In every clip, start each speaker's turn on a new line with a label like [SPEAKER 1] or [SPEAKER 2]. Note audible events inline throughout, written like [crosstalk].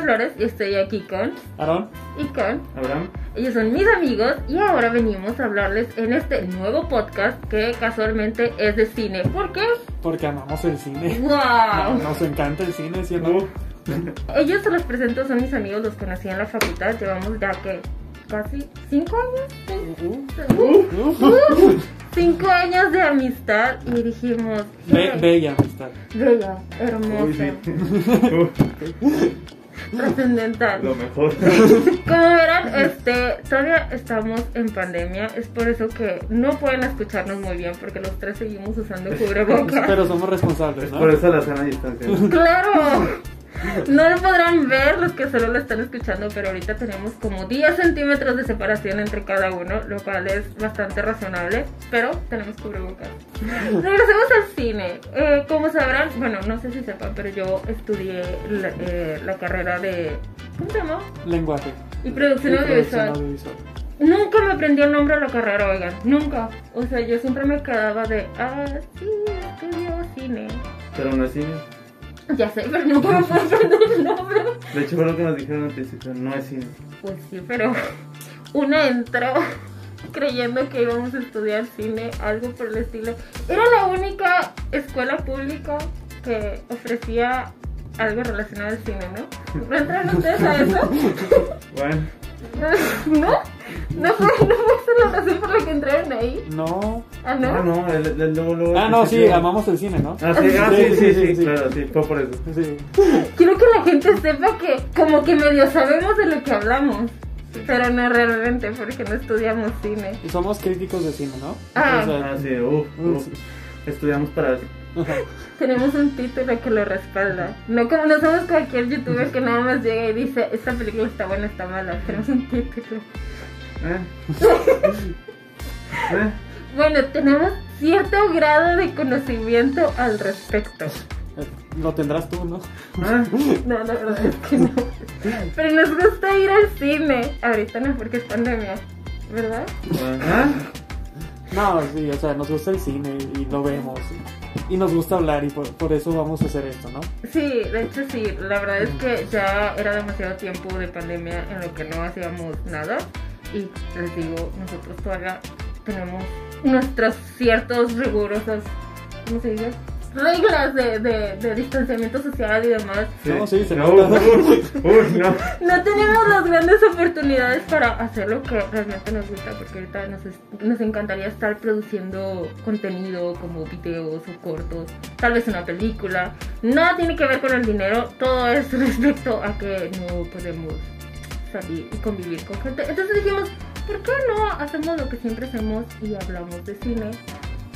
[SPEAKER 1] Flores y estoy aquí con
[SPEAKER 2] Aaron,
[SPEAKER 1] y con.
[SPEAKER 2] Abraham,
[SPEAKER 1] Ellos son mis amigos y ahora venimos a hablarles en este nuevo podcast que casualmente es de cine. ¿Por qué?
[SPEAKER 2] porque amamos el cine.
[SPEAKER 1] ¡Wow!
[SPEAKER 2] Nos encanta el cine, ¿sí o no?
[SPEAKER 1] Ellos se los presento, son mis amigos, los conocí en la facultad, llevamos ya que casi cinco años. Uh, ¿sí?
[SPEAKER 2] Uh,
[SPEAKER 1] Cinco años de amistad y dijimos,
[SPEAKER 2] Be-
[SPEAKER 1] "Hey,
[SPEAKER 2] bella amistad.
[SPEAKER 1] bella, hermosa,
[SPEAKER 3] Uy, sí.
[SPEAKER 1] trascendental.
[SPEAKER 2] [laughs]
[SPEAKER 3] Lo mejor.
[SPEAKER 1] Como verán, este, todavía estamos en pandemia, es por eso que no pueden escucharnos muy bien, porque los tres seguimos usando cubrebocas.
[SPEAKER 2] Pero somos responsables, ¿no?
[SPEAKER 3] Por eso la sana distancia.
[SPEAKER 1] ¡Claro! No lo podrán ver los que solo lo están escuchando, pero ahorita tenemos como 10 centímetros de separación entre cada uno, lo cual es bastante razonable, pero tenemos cubrebocas. Regresemos al cine. Eh, como sabrán, bueno, no sé si sepan, pero yo estudié la, eh, la carrera de... ¿Cómo se llama?
[SPEAKER 2] Lenguaje.
[SPEAKER 1] Y producción
[SPEAKER 2] Y producción
[SPEAKER 1] audiovisual.
[SPEAKER 2] audiovisual.
[SPEAKER 1] Nunca me aprendí el nombre de la carrera, oigan, nunca. O sea, yo siempre me quedaba de, ah, sí, estudio cine.
[SPEAKER 3] Pero aún así,
[SPEAKER 1] Ya sé, pero nunca me puedo aprender el nombre.
[SPEAKER 3] de hecho fue lo que nos dijeron al principio, no es cine.
[SPEAKER 1] Pues sí, pero uno entró creyendo que íbamos a estudiar cine, algo por el estilo. Era la única escuela pública que ofrecía algo relacionado al cine, ¿no? ¿No entraron ustedes a eso?
[SPEAKER 3] Bueno,
[SPEAKER 1] ¿No? ¿No fue, no fue esa la razón por la que entraron ahí?
[SPEAKER 2] No.
[SPEAKER 1] ¿Ah,
[SPEAKER 3] ah, no, el, el- luego, luego.
[SPEAKER 2] Ah, no,
[SPEAKER 3] al
[SPEAKER 2] sí,
[SPEAKER 3] principio.
[SPEAKER 2] amamos el cine, ¿no?
[SPEAKER 3] Ah, sí, ah, sí, sí, sí,
[SPEAKER 2] Sí, sí, sí.
[SPEAKER 3] claro, sí, fue por eso.
[SPEAKER 2] Sí.
[SPEAKER 1] Quiero que la gente sepa que como que medio sabemos de lo que hablamos, pero no realmente porque no estudiamos cine.
[SPEAKER 2] Y somos críticos de cine, ¿no?
[SPEAKER 1] Ah.
[SPEAKER 3] Ah, sí, uff,
[SPEAKER 2] Mm,
[SPEAKER 3] uff.
[SPEAKER 2] sí.
[SPEAKER 3] Estudiamos para ¿eh?
[SPEAKER 2] [laughs]
[SPEAKER 3] eso.
[SPEAKER 2] ajá.
[SPEAKER 1] Tenemos un título que lo respalda. No como no somos cualquier youtuber que nada más llega y dice, esta película está buena, está mala. [laughs] Tenemos un título.
[SPEAKER 3] ¿Eh? ¿Eh?
[SPEAKER 1] Bueno, tenemos cierto grado de conocimiento al respecto.
[SPEAKER 2] Eh, Lo tendrás tú, ¿no?
[SPEAKER 3] ¿Ah?
[SPEAKER 1] No, la verdad es que no. Pero nos gusta ir al cine. Ahorita no porque es pandemia, ¿verdad?
[SPEAKER 3] ¿Ah?
[SPEAKER 2] No, sí, o sea, nos gusta el cine y lo vemos. Y, y nos gusta hablar y por, por eso vamos a hacer esto, ¿no? [laughs]
[SPEAKER 1] Sí, de hecho sí, la verdad es que ya era demasiado tiempo de pandemia en lo que no hacíamos nada y les digo, nosotros todavía tenemos nuestros ciertos rigurosos, ¿cómo se dice? Reglas de, de, de distanciamiento social y demás.
[SPEAKER 2] No, sí, se
[SPEAKER 3] no,
[SPEAKER 2] nota.
[SPEAKER 3] uf, uf, no.
[SPEAKER 1] No tenemos las grandes oportunidades para hacer lo que realmente nos gusta, porque ahorita nos, es- nos encantaría estar produciendo contenido como videos o cortos, tal vez una película. Nada tiene que ver con el dinero, todo es respecto a que no podemos salir y convivir con gente. Entonces dijimos, ¿por qué no hacemos lo que siempre hacemos y hablamos de cine?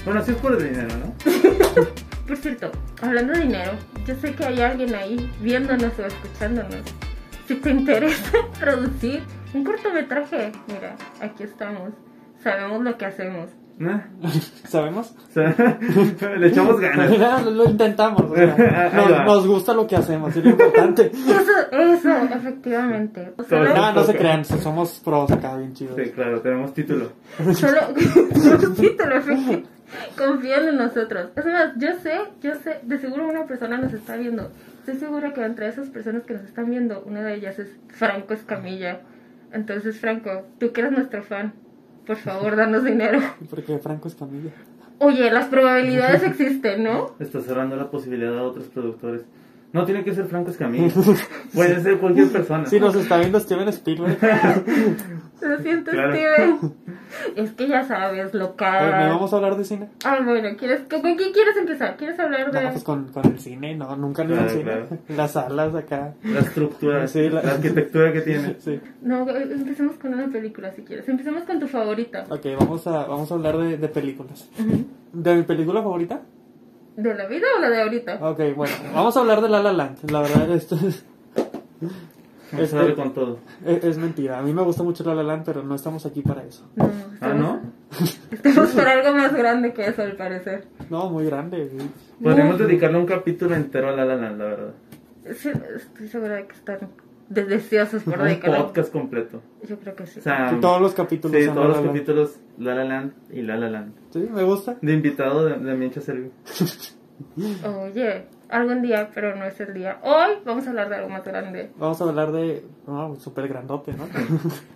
[SPEAKER 3] Bueno, sí es por el dinero, ¿no?
[SPEAKER 1] Por cierto, hablando de dinero, yo sé que hay alguien ahí viéndonos o escuchándonos. Si te interesa [laughs] producir un cortometraje, mira, aquí estamos. Sabemos lo que hacemos.
[SPEAKER 3] ¿Ah?
[SPEAKER 2] ¿Sabemos?
[SPEAKER 3] O sea, [laughs] le echamos
[SPEAKER 2] [laughs]
[SPEAKER 3] ganas.
[SPEAKER 2] lo intentamos.
[SPEAKER 3] [laughs]
[SPEAKER 2] o sea,
[SPEAKER 3] Ahí
[SPEAKER 2] nos,
[SPEAKER 3] va.
[SPEAKER 2] nos gusta lo que hacemos, es lo
[SPEAKER 3] [laughs]
[SPEAKER 2] importante. [laughs]
[SPEAKER 1] Eso, eso, efectivamente. O sea,
[SPEAKER 2] No, no se crean, si somos pros acá, bien chidos.
[SPEAKER 3] Sí, claro, tenemos título.
[SPEAKER 2] [laughs]
[SPEAKER 1] Solo solo títulos, ¿eh? confían en nosotros. Es más, yo sé, yo sé, de seguro una persona nos está viendo. Estoy segura que entre esas personas que nos están viendo, una de ellas es Franco Escamilla. Entonces, Franco, tú que eres nuestro fan, por favor, danos dinero.
[SPEAKER 2] Porque Franco es familia.
[SPEAKER 1] Oye, las probabilidades existen, ¿no?
[SPEAKER 3] Está cerrando la posibilidad a otros productores. No tiene que ser Franco Escamilla. [laughs] Puede ser cualquier persona.
[SPEAKER 2] Si nos está viendo Steven
[SPEAKER 3] [laughs]
[SPEAKER 2] Spielberg, eh,
[SPEAKER 1] Lo siento,
[SPEAKER 3] Claro.
[SPEAKER 1] Steven. Es que ya sabes,
[SPEAKER 2] ¿me
[SPEAKER 1] local.
[SPEAKER 2] vamos a hablar de cine?
[SPEAKER 1] Ah, bueno, ¿quieres, ¿con con quién quieres empezar? ¿Quieres hablar de...?
[SPEAKER 2] No, pues con, con el cine, no, nunca ni
[SPEAKER 3] Claro,
[SPEAKER 2] el cine.
[SPEAKER 3] claro.
[SPEAKER 2] [laughs] Las salas acá.
[SPEAKER 3] La estructura,
[SPEAKER 2] Sí, la-
[SPEAKER 3] la... arquitectura que tiene.
[SPEAKER 2] Sí.
[SPEAKER 1] No, eh, empecemos con una película si quieres. Empecemos con tu favorita.
[SPEAKER 2] Ok, vamos a, vamos a hablar de, de películas. ¿De mi película favorita?
[SPEAKER 1] ¿De la vida o la de ahorita?
[SPEAKER 2] Ok, bueno, vamos a hablar de La La Land. La verdad, esto es,
[SPEAKER 3] Vamos
[SPEAKER 2] Este-
[SPEAKER 3] a darle con todo.
[SPEAKER 2] es- es mentira. A mí me gusta mucho La La Land, pero no estamos aquí para eso.
[SPEAKER 1] No,
[SPEAKER 2] Este-
[SPEAKER 3] Ah,
[SPEAKER 1] estamos,
[SPEAKER 3] ¿no?
[SPEAKER 1] estamos por algo más grande que eso, al parecer.
[SPEAKER 2] No, muy grande. güey.
[SPEAKER 3] Podríamos dedicarle un capítulo entero a La La Land, la verdad.
[SPEAKER 1] Sí, estoy segura de que están de- deseosos por
[SPEAKER 3] Un
[SPEAKER 1] dedicarlo.
[SPEAKER 3] podcast completo.
[SPEAKER 1] Yo creo que sí.
[SPEAKER 3] O sea,
[SPEAKER 2] Y todos los capítulos.
[SPEAKER 3] Ah, sí,
[SPEAKER 2] son
[SPEAKER 3] todos
[SPEAKER 2] La
[SPEAKER 3] los
[SPEAKER 2] La Land.
[SPEAKER 3] capítulos La La Land y La La Land.
[SPEAKER 2] Sí, me gusta.
[SPEAKER 3] De invitado de, de Miencha Servio.
[SPEAKER 1] Oye, algún día, pero no es el día. Hoy vamos a hablar de algo más grande.
[SPEAKER 2] Vamos a hablar de. No, súper grandote,
[SPEAKER 3] [laughs]
[SPEAKER 2] ¿no?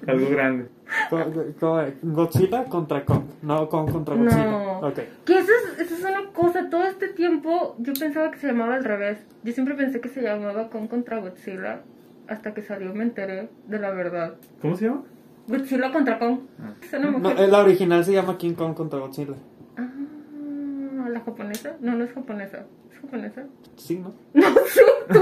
[SPEAKER 3] Algo grande.
[SPEAKER 2] Co- co- Godzilla contra Kong. No, Kong contra Godzilla.
[SPEAKER 1] No.
[SPEAKER 2] Ok.
[SPEAKER 1] Que eso es, eso es una cosa, todo este tiempo yo pensaba que se llamaba al revés. Yo siempre pensé que se llamaba Kong contra Godzilla, hasta que salió y me enteré de la verdad.
[SPEAKER 3] ¿Cómo se llama?
[SPEAKER 1] Godzilla contra Kong.
[SPEAKER 3] Ah.
[SPEAKER 1] Es una
[SPEAKER 2] No,
[SPEAKER 1] mujer.
[SPEAKER 2] eh, la original se llama King Kong contra Godzilla.
[SPEAKER 1] Ah, ¿La japonesa? No, no es japonesa. ¿Es japonesa? [laughs]
[SPEAKER 2] Sí, ¿no?
[SPEAKER 1] No sé, tú.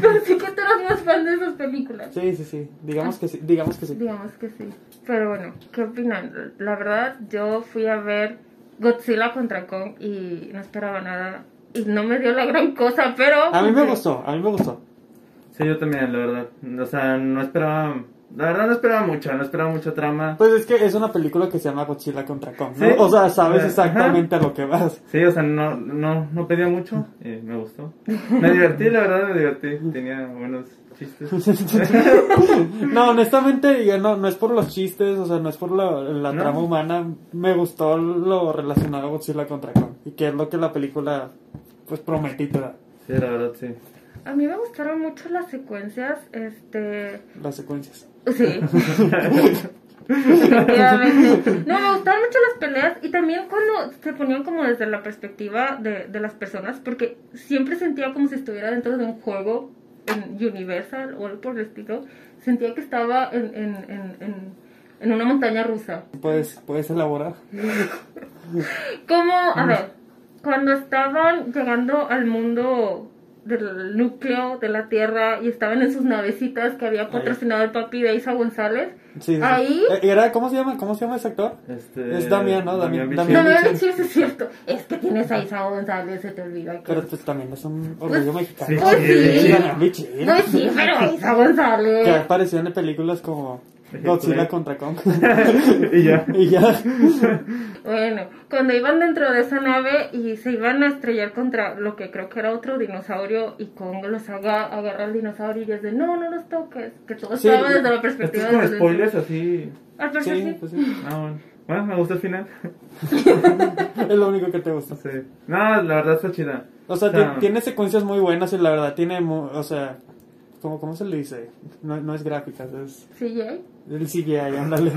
[SPEAKER 1] Pensé que tú eras más fan de esas películas.
[SPEAKER 2] Sí, sí, sí. Digamos que sí. Digamos que sí.
[SPEAKER 1] Digamos que sí. Pero bueno, ¿qué opinan? La verdad, yo fui a ver Godzilla contra Kong y no esperaba nada. Y no me dio la gran cosa, pero.
[SPEAKER 2] A mí me gustó, a mí me gustó.
[SPEAKER 3] Sí, yo también, la verdad. O sea, no esperaba. La verdad, no esperaba mucho, no esperaba mucha trama.
[SPEAKER 2] Pues es que es una película que se llama Godzilla contra Kong, ¿no?
[SPEAKER 3] Sí.
[SPEAKER 2] O sea, sabes
[SPEAKER 3] Ajá.
[SPEAKER 2] exactamente a lo que vas.
[SPEAKER 3] Sí, o sea, no, no, no pedía mucho. eh, me gustó.
[SPEAKER 2] [laughs]
[SPEAKER 3] Me divertí, la verdad, me divertí. Tenía buenos chistes.
[SPEAKER 2] No, honestamente, yo no, no es por los chistes, o sea, no es por la, la
[SPEAKER 3] No.
[SPEAKER 2] trama humana. Me gustó lo relacionado a Godzilla contra Kong. Y que es lo que la película, pues, promete y te da.
[SPEAKER 3] Sí, la verdad, sí. [laughs]
[SPEAKER 1] A mí me gustaron mucho las secuencias. Este.
[SPEAKER 2] Las secuencias. [laughs]
[SPEAKER 1] Sí. Definitivamente. No, me gustaron mucho las peleas y también cuando se ponían como desde la perspectiva de, de las personas, porque siempre sentía como si estuviera dentro de un juego en Universal o algo por el estilo. Sentía que estaba en, en, en, en, en una montaña rusa.
[SPEAKER 2] ¿Puedes, puedes elaborar?
[SPEAKER 1] Como, a ver, cuando estaban llegando al mundo del núcleo de la Tierra y estaban en sus navecitas que había patrocinado el papi de Isa González.
[SPEAKER 2] Sí, sí, sí.
[SPEAKER 1] Ahí.
[SPEAKER 2] Eh, era- ¿Cómo se llama? ¿Cómo se llama ese actor?
[SPEAKER 3] Este,
[SPEAKER 2] Es Damián, ¿no? Damián-
[SPEAKER 3] Bichir.
[SPEAKER 2] Damián.
[SPEAKER 1] No, no,
[SPEAKER 2] Sí,
[SPEAKER 1] no,
[SPEAKER 2] sí.
[SPEAKER 1] sí, sí, es cierto. Es que tienes a Isa González, se te olvida que.
[SPEAKER 2] Pero pues también es un orgullo mexicano.
[SPEAKER 1] Pues sí.
[SPEAKER 2] Sí, Pues, eh. Damián Bichir.
[SPEAKER 1] No, sí, pero Isa
[SPEAKER 2] Que
[SPEAKER 1] González.
[SPEAKER 2] apareció en películas como
[SPEAKER 3] Ejemplo,
[SPEAKER 2] Godzilla
[SPEAKER 3] ¿eh?
[SPEAKER 2] contra Kong. [laughs]
[SPEAKER 3] y ya.
[SPEAKER 2] y ya.
[SPEAKER 1] Bueno, cuando iban dentro de esa nave y se iban a estrellar contra lo que creo que era otro dinosaurio y Kong los haga, agarra al dinosaurio y es de no, no los toques. Que todo
[SPEAKER 2] Sí,
[SPEAKER 1] estaba desde la
[SPEAKER 3] Esto es
[SPEAKER 1] perspectiva
[SPEAKER 3] con
[SPEAKER 1] de.
[SPEAKER 3] spoilers así.
[SPEAKER 1] Ah, pero sí,
[SPEAKER 2] Sí,
[SPEAKER 1] sí.
[SPEAKER 2] pues sí.
[SPEAKER 3] Ah, bueno. Bueno, me gustó el final. [laughs]
[SPEAKER 2] Es lo único que te gusta.
[SPEAKER 3] Sí. No, la verdad está chida.
[SPEAKER 2] O sea,
[SPEAKER 3] O sea,
[SPEAKER 2] ti- tiene secuencias muy buenas y la verdad tiene, mu- o sea, ¿cómo, cómo se le dice? No, no es gráficas, es
[SPEAKER 1] Sí, ¿eh? Jay.
[SPEAKER 2] el CGI,
[SPEAKER 3] [laughs]
[SPEAKER 2] ándale.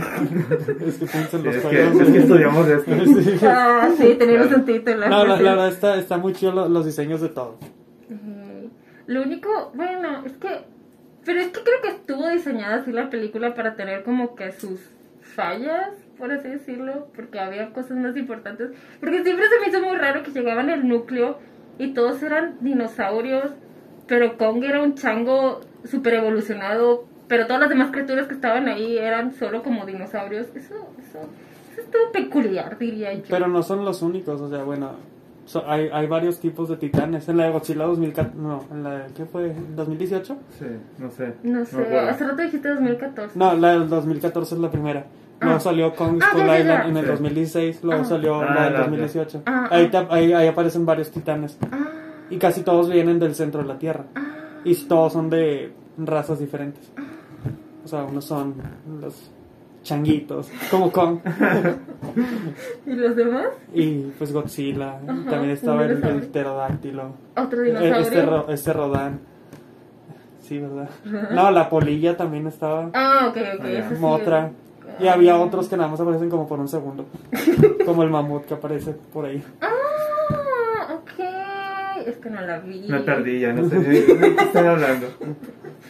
[SPEAKER 2] es que piensen los
[SPEAKER 3] Es que,
[SPEAKER 2] juegos.
[SPEAKER 3] es que estudiamos esto.
[SPEAKER 2] [laughs] Sí.
[SPEAKER 1] Ah, sí, teníamos un título.
[SPEAKER 2] No, la,
[SPEAKER 1] sí.
[SPEAKER 2] la verdad está, está muy chido lo- los diseños de todo.
[SPEAKER 1] Ujú. Lo único, bueno, es que. Pero es que creo que estuvo diseñada así la película para tener como que sus fallas, por así decirlo, porque había cosas más importantes. Porque siempre se me hizo muy raro que llegaban al núcleo y todos eran dinosaurios, pero Kong era un chango super evolucionado, pero todas las demás criaturas que estaban ahí eran solo como dinosaurios. Eso, eso, eso estuvo peculiar, diría yo.
[SPEAKER 2] Pero no son los únicos, o sea, bueno, so- hay, hay varios tipos de titanes. En la de Godzilla 2014, no, en la de, ¿qué fue? ¿2018?
[SPEAKER 3] Sí, no sé.
[SPEAKER 1] no sé,
[SPEAKER 3] me acuerdo.
[SPEAKER 1] hace rato dijiste 2014.
[SPEAKER 2] No, la del 2014 es la primera. Luego
[SPEAKER 1] Ah.
[SPEAKER 2] salió Kong
[SPEAKER 1] Ah,
[SPEAKER 2] Skull
[SPEAKER 1] ya, ya,
[SPEAKER 2] Island
[SPEAKER 1] ya.
[SPEAKER 2] en el
[SPEAKER 3] Sí.
[SPEAKER 2] 2016, luego
[SPEAKER 1] Ah.
[SPEAKER 2] salió
[SPEAKER 3] Ah,
[SPEAKER 2] la del
[SPEAKER 3] la-
[SPEAKER 2] 2018.
[SPEAKER 1] Ah,
[SPEAKER 2] ahí,
[SPEAKER 1] ah.
[SPEAKER 2] ta- ahí, ahí aparecen varios titanes.
[SPEAKER 1] Ah.
[SPEAKER 2] Y casi todos vienen del centro de la Tierra. Y todos son de razas diferentes.
[SPEAKER 1] Ah.
[SPEAKER 2] O sea, unos son los changuitos, como Kong.
[SPEAKER 1] ¿Y los demás?
[SPEAKER 2] y pues Godzilla. Y
[SPEAKER 1] Ajá,
[SPEAKER 2] También estaba
[SPEAKER 1] un
[SPEAKER 2] el,
[SPEAKER 1] dinosaurio.
[SPEAKER 2] el pterodáctilo.
[SPEAKER 1] Otro
[SPEAKER 2] E- Este,
[SPEAKER 1] dinosaurio.
[SPEAKER 2] ro- este Rodán. Sí, ¿verdad? No, la polilla también estaba.
[SPEAKER 1] Ah, ok, ok.
[SPEAKER 3] Ah,
[SPEAKER 1] ese sí. Ah.
[SPEAKER 2] Motra. Y había otros que nada más aparecen como por un segundo. Como el mamut que aparece por ahí.
[SPEAKER 1] Ah, ok. Es que no la vi.
[SPEAKER 3] Me perdí
[SPEAKER 2] [laughs]
[SPEAKER 3] ya, no sé de qué están hablando.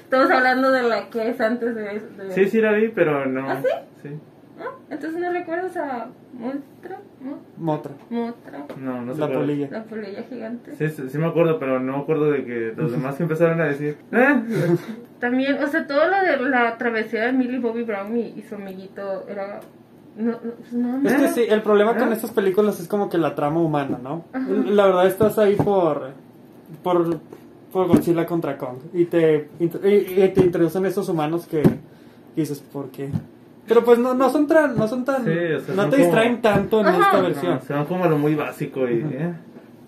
[SPEAKER 1] Todos hablando de la que es antes de. de...
[SPEAKER 3] Sí, sí la vi, pero no.
[SPEAKER 1] ¿Ah,
[SPEAKER 3] sí?
[SPEAKER 1] Ah, entonces no recuerdas a Motra, Mo-
[SPEAKER 2] Motra.
[SPEAKER 1] Motra,
[SPEAKER 3] No, no sé.
[SPEAKER 2] la
[SPEAKER 3] cuál.
[SPEAKER 2] polilla.
[SPEAKER 1] la polilla gigante.
[SPEAKER 3] Sí, sí, sí me acuerdo, pero no me acuerdo de que
[SPEAKER 2] [laughs]
[SPEAKER 3] los demás que empezaron a decir. ¿Eh?
[SPEAKER 1] También, o sea, todo lo de la travesía de Millie Bobby Brown y, y su amiguito era. No, no, pues no,
[SPEAKER 2] Es
[SPEAKER 1] no.
[SPEAKER 2] que sí, el problema con
[SPEAKER 3] ¿Eh?
[SPEAKER 2] estas películas es como que la trama humana, ¿no? La verdad estás ahí por por por Godzilla contra Kong y te int- y, y te introducen estos humanos que dices por qué. Pero pues no no son tan no son tan
[SPEAKER 3] Sí, o sea,
[SPEAKER 2] no
[SPEAKER 3] son
[SPEAKER 2] te
[SPEAKER 3] como-
[SPEAKER 2] distraen tanto en
[SPEAKER 1] Ajá.
[SPEAKER 2] esta
[SPEAKER 3] No,
[SPEAKER 2] versión.
[SPEAKER 3] se van como a lo muy básico y. ¿eh?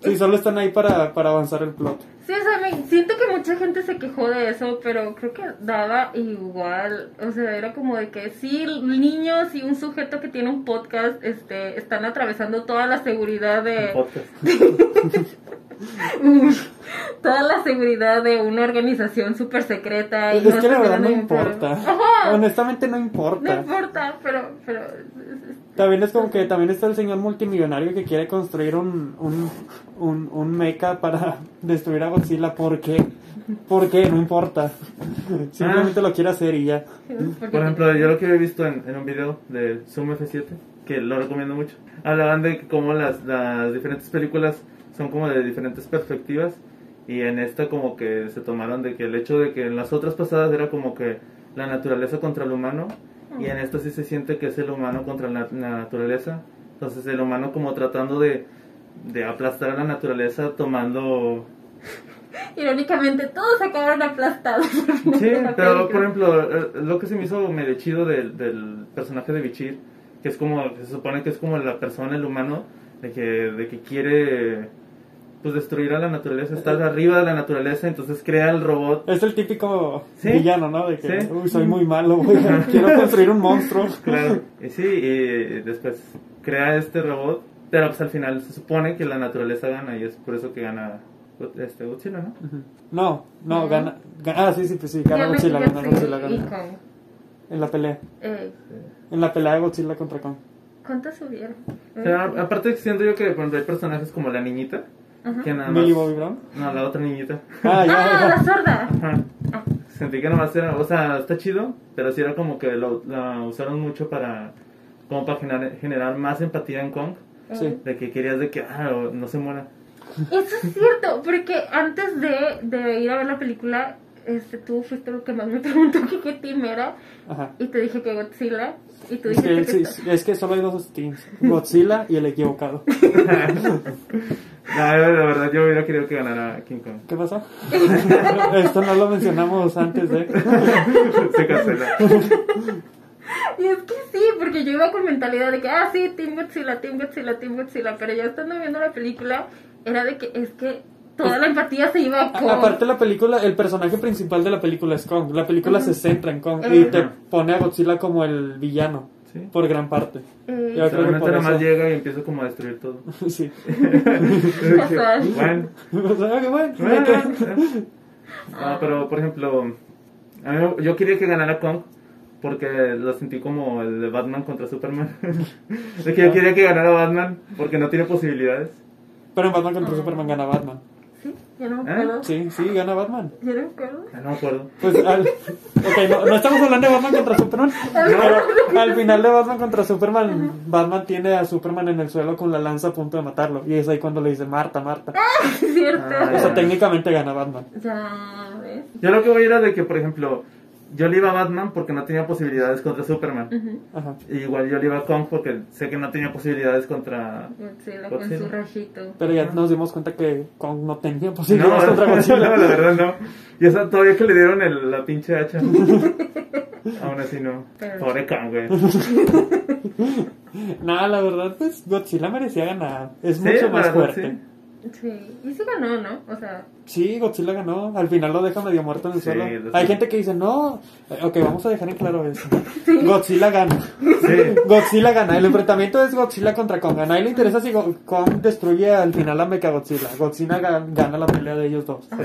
[SPEAKER 2] Sí, solo están ahí para, para avanzar el plot.
[SPEAKER 1] Sí, o sea, me- siento que mucha gente se quejó de eso, pero creo que daba igual. O sea, era como de que sí, niños y un sujeto que tiene un podcast este, están Eh. atravesando toda la seguridad
[SPEAKER 3] Un
[SPEAKER 1] de. [laughs]
[SPEAKER 3] podcast.
[SPEAKER 1] toda la seguridad de una organización súper secreta. Y
[SPEAKER 2] Es que la
[SPEAKER 1] se
[SPEAKER 2] verdad no
[SPEAKER 1] tienen problema.
[SPEAKER 2] importa.
[SPEAKER 1] Ajá,
[SPEAKER 2] Honestamente no
[SPEAKER 1] no
[SPEAKER 2] importa.
[SPEAKER 1] importa, pero, pero
[SPEAKER 2] También es como que también está el señor multimillonario que quiere construir un, un, un, un mecha para [laughs] destruir a Godzilla. ¿Por qué? ¿Por qué? No
[SPEAKER 3] [laughs]
[SPEAKER 2] importa.
[SPEAKER 3] Ah.
[SPEAKER 2] Simplemente lo quiere hacer y ya.
[SPEAKER 1] porque-
[SPEAKER 3] Por ejemplo, yo lo que había visto en, en un video de Zoom F7, que lo recomiendo mucho, hablaban de cómo las, las diferentes películas son como de diferentes perspectivas y en esta como que se tomaron de que el hecho de que en las otras pasadas era como que la naturaleza contra el humano y en esta sí se siente que es el humano contra la, la naturaleza, entonces el humano como tratando de, de aplastar a la naturaleza tomando
[SPEAKER 1] irónicamente todos acabaron aplastados. al final
[SPEAKER 3] Sí,
[SPEAKER 1] de la
[SPEAKER 3] pero por
[SPEAKER 1] película.
[SPEAKER 3] ejemplo, eh, lo que se me hizo medio chido del, del personaje de Bichir, que es como, que se supone que es como la persona, el humano, de que, de que quiere pues destruir a la naturaleza, está arriba de la naturaleza, entonces crea el robot.
[SPEAKER 2] Es el típico
[SPEAKER 3] Sí.
[SPEAKER 2] villano, ¿no? De que,
[SPEAKER 3] Sí.
[SPEAKER 2] uy, soy muy malo, güey. [laughs] Quiero construir un monstruo.
[SPEAKER 3] [laughs] Claro. Y sí, y después crea este robot, pero pues al final se supone que la naturaleza gana y es por eso que gana este Godzilla, ¿no?
[SPEAKER 2] No, no,
[SPEAKER 1] Ujú.
[SPEAKER 2] gana, gana- Ah, sí, sí, pues sí, gana
[SPEAKER 1] Ya me
[SPEAKER 2] Godzilla,
[SPEAKER 1] fijé,
[SPEAKER 2] gana
[SPEAKER 1] sí,
[SPEAKER 2] Godzilla,
[SPEAKER 1] y
[SPEAKER 2] gana.
[SPEAKER 1] con,
[SPEAKER 2] En la pelea.
[SPEAKER 1] eh,
[SPEAKER 2] En la pelea de Godzilla contra Kong.
[SPEAKER 1] ¿Cuántos subieron?
[SPEAKER 3] O sea, a- aparte siento yo que por ejemplo, hay personajes como la niñita,
[SPEAKER 1] Ajá.
[SPEAKER 3] que nada más...
[SPEAKER 2] Millie Bobby Brown.
[SPEAKER 3] No, la otra niñita.
[SPEAKER 2] Ah, ya,
[SPEAKER 1] Ah, [laughs]
[SPEAKER 2] ya.
[SPEAKER 1] la sorda.
[SPEAKER 3] Ajá.
[SPEAKER 1] Ah.
[SPEAKER 3] Sentí que nomás era, o sea, está chido, pero sí era como que lo, la usaron mucho para, como para generar, generar más empatía en Kong,
[SPEAKER 2] Sí.
[SPEAKER 3] de que querías de que, ah, o- no se muera.
[SPEAKER 1] Eso es cierto, porque antes de, de ir a ver la película, este, tú fuiste lo que más me [laughs] preguntó que qué team era,
[SPEAKER 2] Ajá.
[SPEAKER 1] y te dije que Godzilla, y tú
[SPEAKER 2] Es
[SPEAKER 1] dijiste
[SPEAKER 2] que,
[SPEAKER 1] que...
[SPEAKER 2] sí,
[SPEAKER 1] esto-
[SPEAKER 2] es que solo hay dos teams, Godzilla y
[SPEAKER 1] [laughs]
[SPEAKER 2] el equivocado.
[SPEAKER 3] No, yo, la verdad yo hubiera querido que ganara King Kong. [laughs]
[SPEAKER 2] ¿Qué pasa? [laughs] Esto no lo mencionamos antes de... [laughs]
[SPEAKER 3] se cancela.
[SPEAKER 1] Y es que sí, porque yo iba con mentalidad de que, ah, sí, Team Godzilla, Team Godzilla, Team Godzilla, pero ya estando viendo la película, era de que es que toda la empatía se iba a Kong.
[SPEAKER 2] A- Pues Aparte la película, el personaje principal de la película es Kong. La película se centra en Kong y te
[SPEAKER 3] Ujú.
[SPEAKER 2] pone a Godzilla como el villano,
[SPEAKER 3] Sí.
[SPEAKER 2] por gran parte. [laughs]
[SPEAKER 1] Eh,
[SPEAKER 2] Yo creo que
[SPEAKER 3] Solamente
[SPEAKER 2] por
[SPEAKER 3] nada más
[SPEAKER 2] eso...
[SPEAKER 3] llega y empieza como a destruir todo.
[SPEAKER 2] Sí. ¿Mm?
[SPEAKER 1] Casual.
[SPEAKER 3] bueno.
[SPEAKER 2] [laughs] O sea, que bueno,
[SPEAKER 3] Bueno,
[SPEAKER 2] [laughs] hay que-
[SPEAKER 3] Ah, pero por ejemplo, a mí- yo quería que ganara Kong porque lo sentí como el de Batman contra Superman. [laughs] es que yo quería que ganara Batman porque no tiene posibilidades.
[SPEAKER 2] Pero en Batman contra Superman gana Batman.
[SPEAKER 1] Sí, ya no me
[SPEAKER 3] ¿Eh?
[SPEAKER 1] acuerdo.
[SPEAKER 2] Sí, sí, gana Batman.
[SPEAKER 1] Ya no me acuerdo. [laughs]
[SPEAKER 3] Ah, no me acuerdo.
[SPEAKER 2] Pues al... Ok, no, no estamos hablando de Batman contra Superman. Pero al final de Batman contra Superman, Batman tiene a Superman en el suelo con la lanza a punto de matarlo. Y es ahí cuando le dice Marta, Marta.
[SPEAKER 1] Es cierto.
[SPEAKER 3] Ah,
[SPEAKER 2] O sea, técnicamente gana Batman.
[SPEAKER 1] Ya, ¿ves?
[SPEAKER 3] Yo lo que voy era de que, por ejemplo, yo le iba a Batman porque no tenía posibilidades contra Superman.
[SPEAKER 1] Ujú.
[SPEAKER 2] Ajá.
[SPEAKER 3] Y Igual yo le iba a Kong porque sé que no tenía posibilidades contra...
[SPEAKER 1] Godzilla con
[SPEAKER 3] Godzilla.
[SPEAKER 1] su rajito.
[SPEAKER 2] Pero ya nos dimos cuenta que Kong no tenía
[SPEAKER 3] [laughs] no,
[SPEAKER 2] posibilidades contra
[SPEAKER 3] la
[SPEAKER 2] Godzilla.
[SPEAKER 3] verdad no. Y eso todavía que le dieron el- la pinche
[SPEAKER 2] [laughs]
[SPEAKER 3] hacha. Aún así no.
[SPEAKER 1] Pero-
[SPEAKER 3] Pobre
[SPEAKER 2] [laughs]
[SPEAKER 3] Kong, güey.
[SPEAKER 2] Nada, la verdad, pues Godzilla merecía ganar. Es
[SPEAKER 3] Sí,
[SPEAKER 2] mucho
[SPEAKER 3] la
[SPEAKER 2] más
[SPEAKER 3] verdad,
[SPEAKER 2] fuerte.
[SPEAKER 1] Sí, y sí ganó, ¿no? O sea,
[SPEAKER 2] Sí. Godzilla ganó. Al final lo deja medio muerto en el
[SPEAKER 3] Sí,
[SPEAKER 2] suelo.
[SPEAKER 3] lo
[SPEAKER 2] Hay
[SPEAKER 3] sé.
[SPEAKER 2] gente que dice, no. Eh, Ok, vamos a dejar en claro eso. Godzilla gana.
[SPEAKER 3] Sí.
[SPEAKER 2] Godzilla gana. El enfrentamiento es Godzilla contra Kong. A nadie le interesa si Go- Kong destruye al final a Mecha Godzilla. Godzilla ga- gana la pelea de ellos dos. ¿Ok?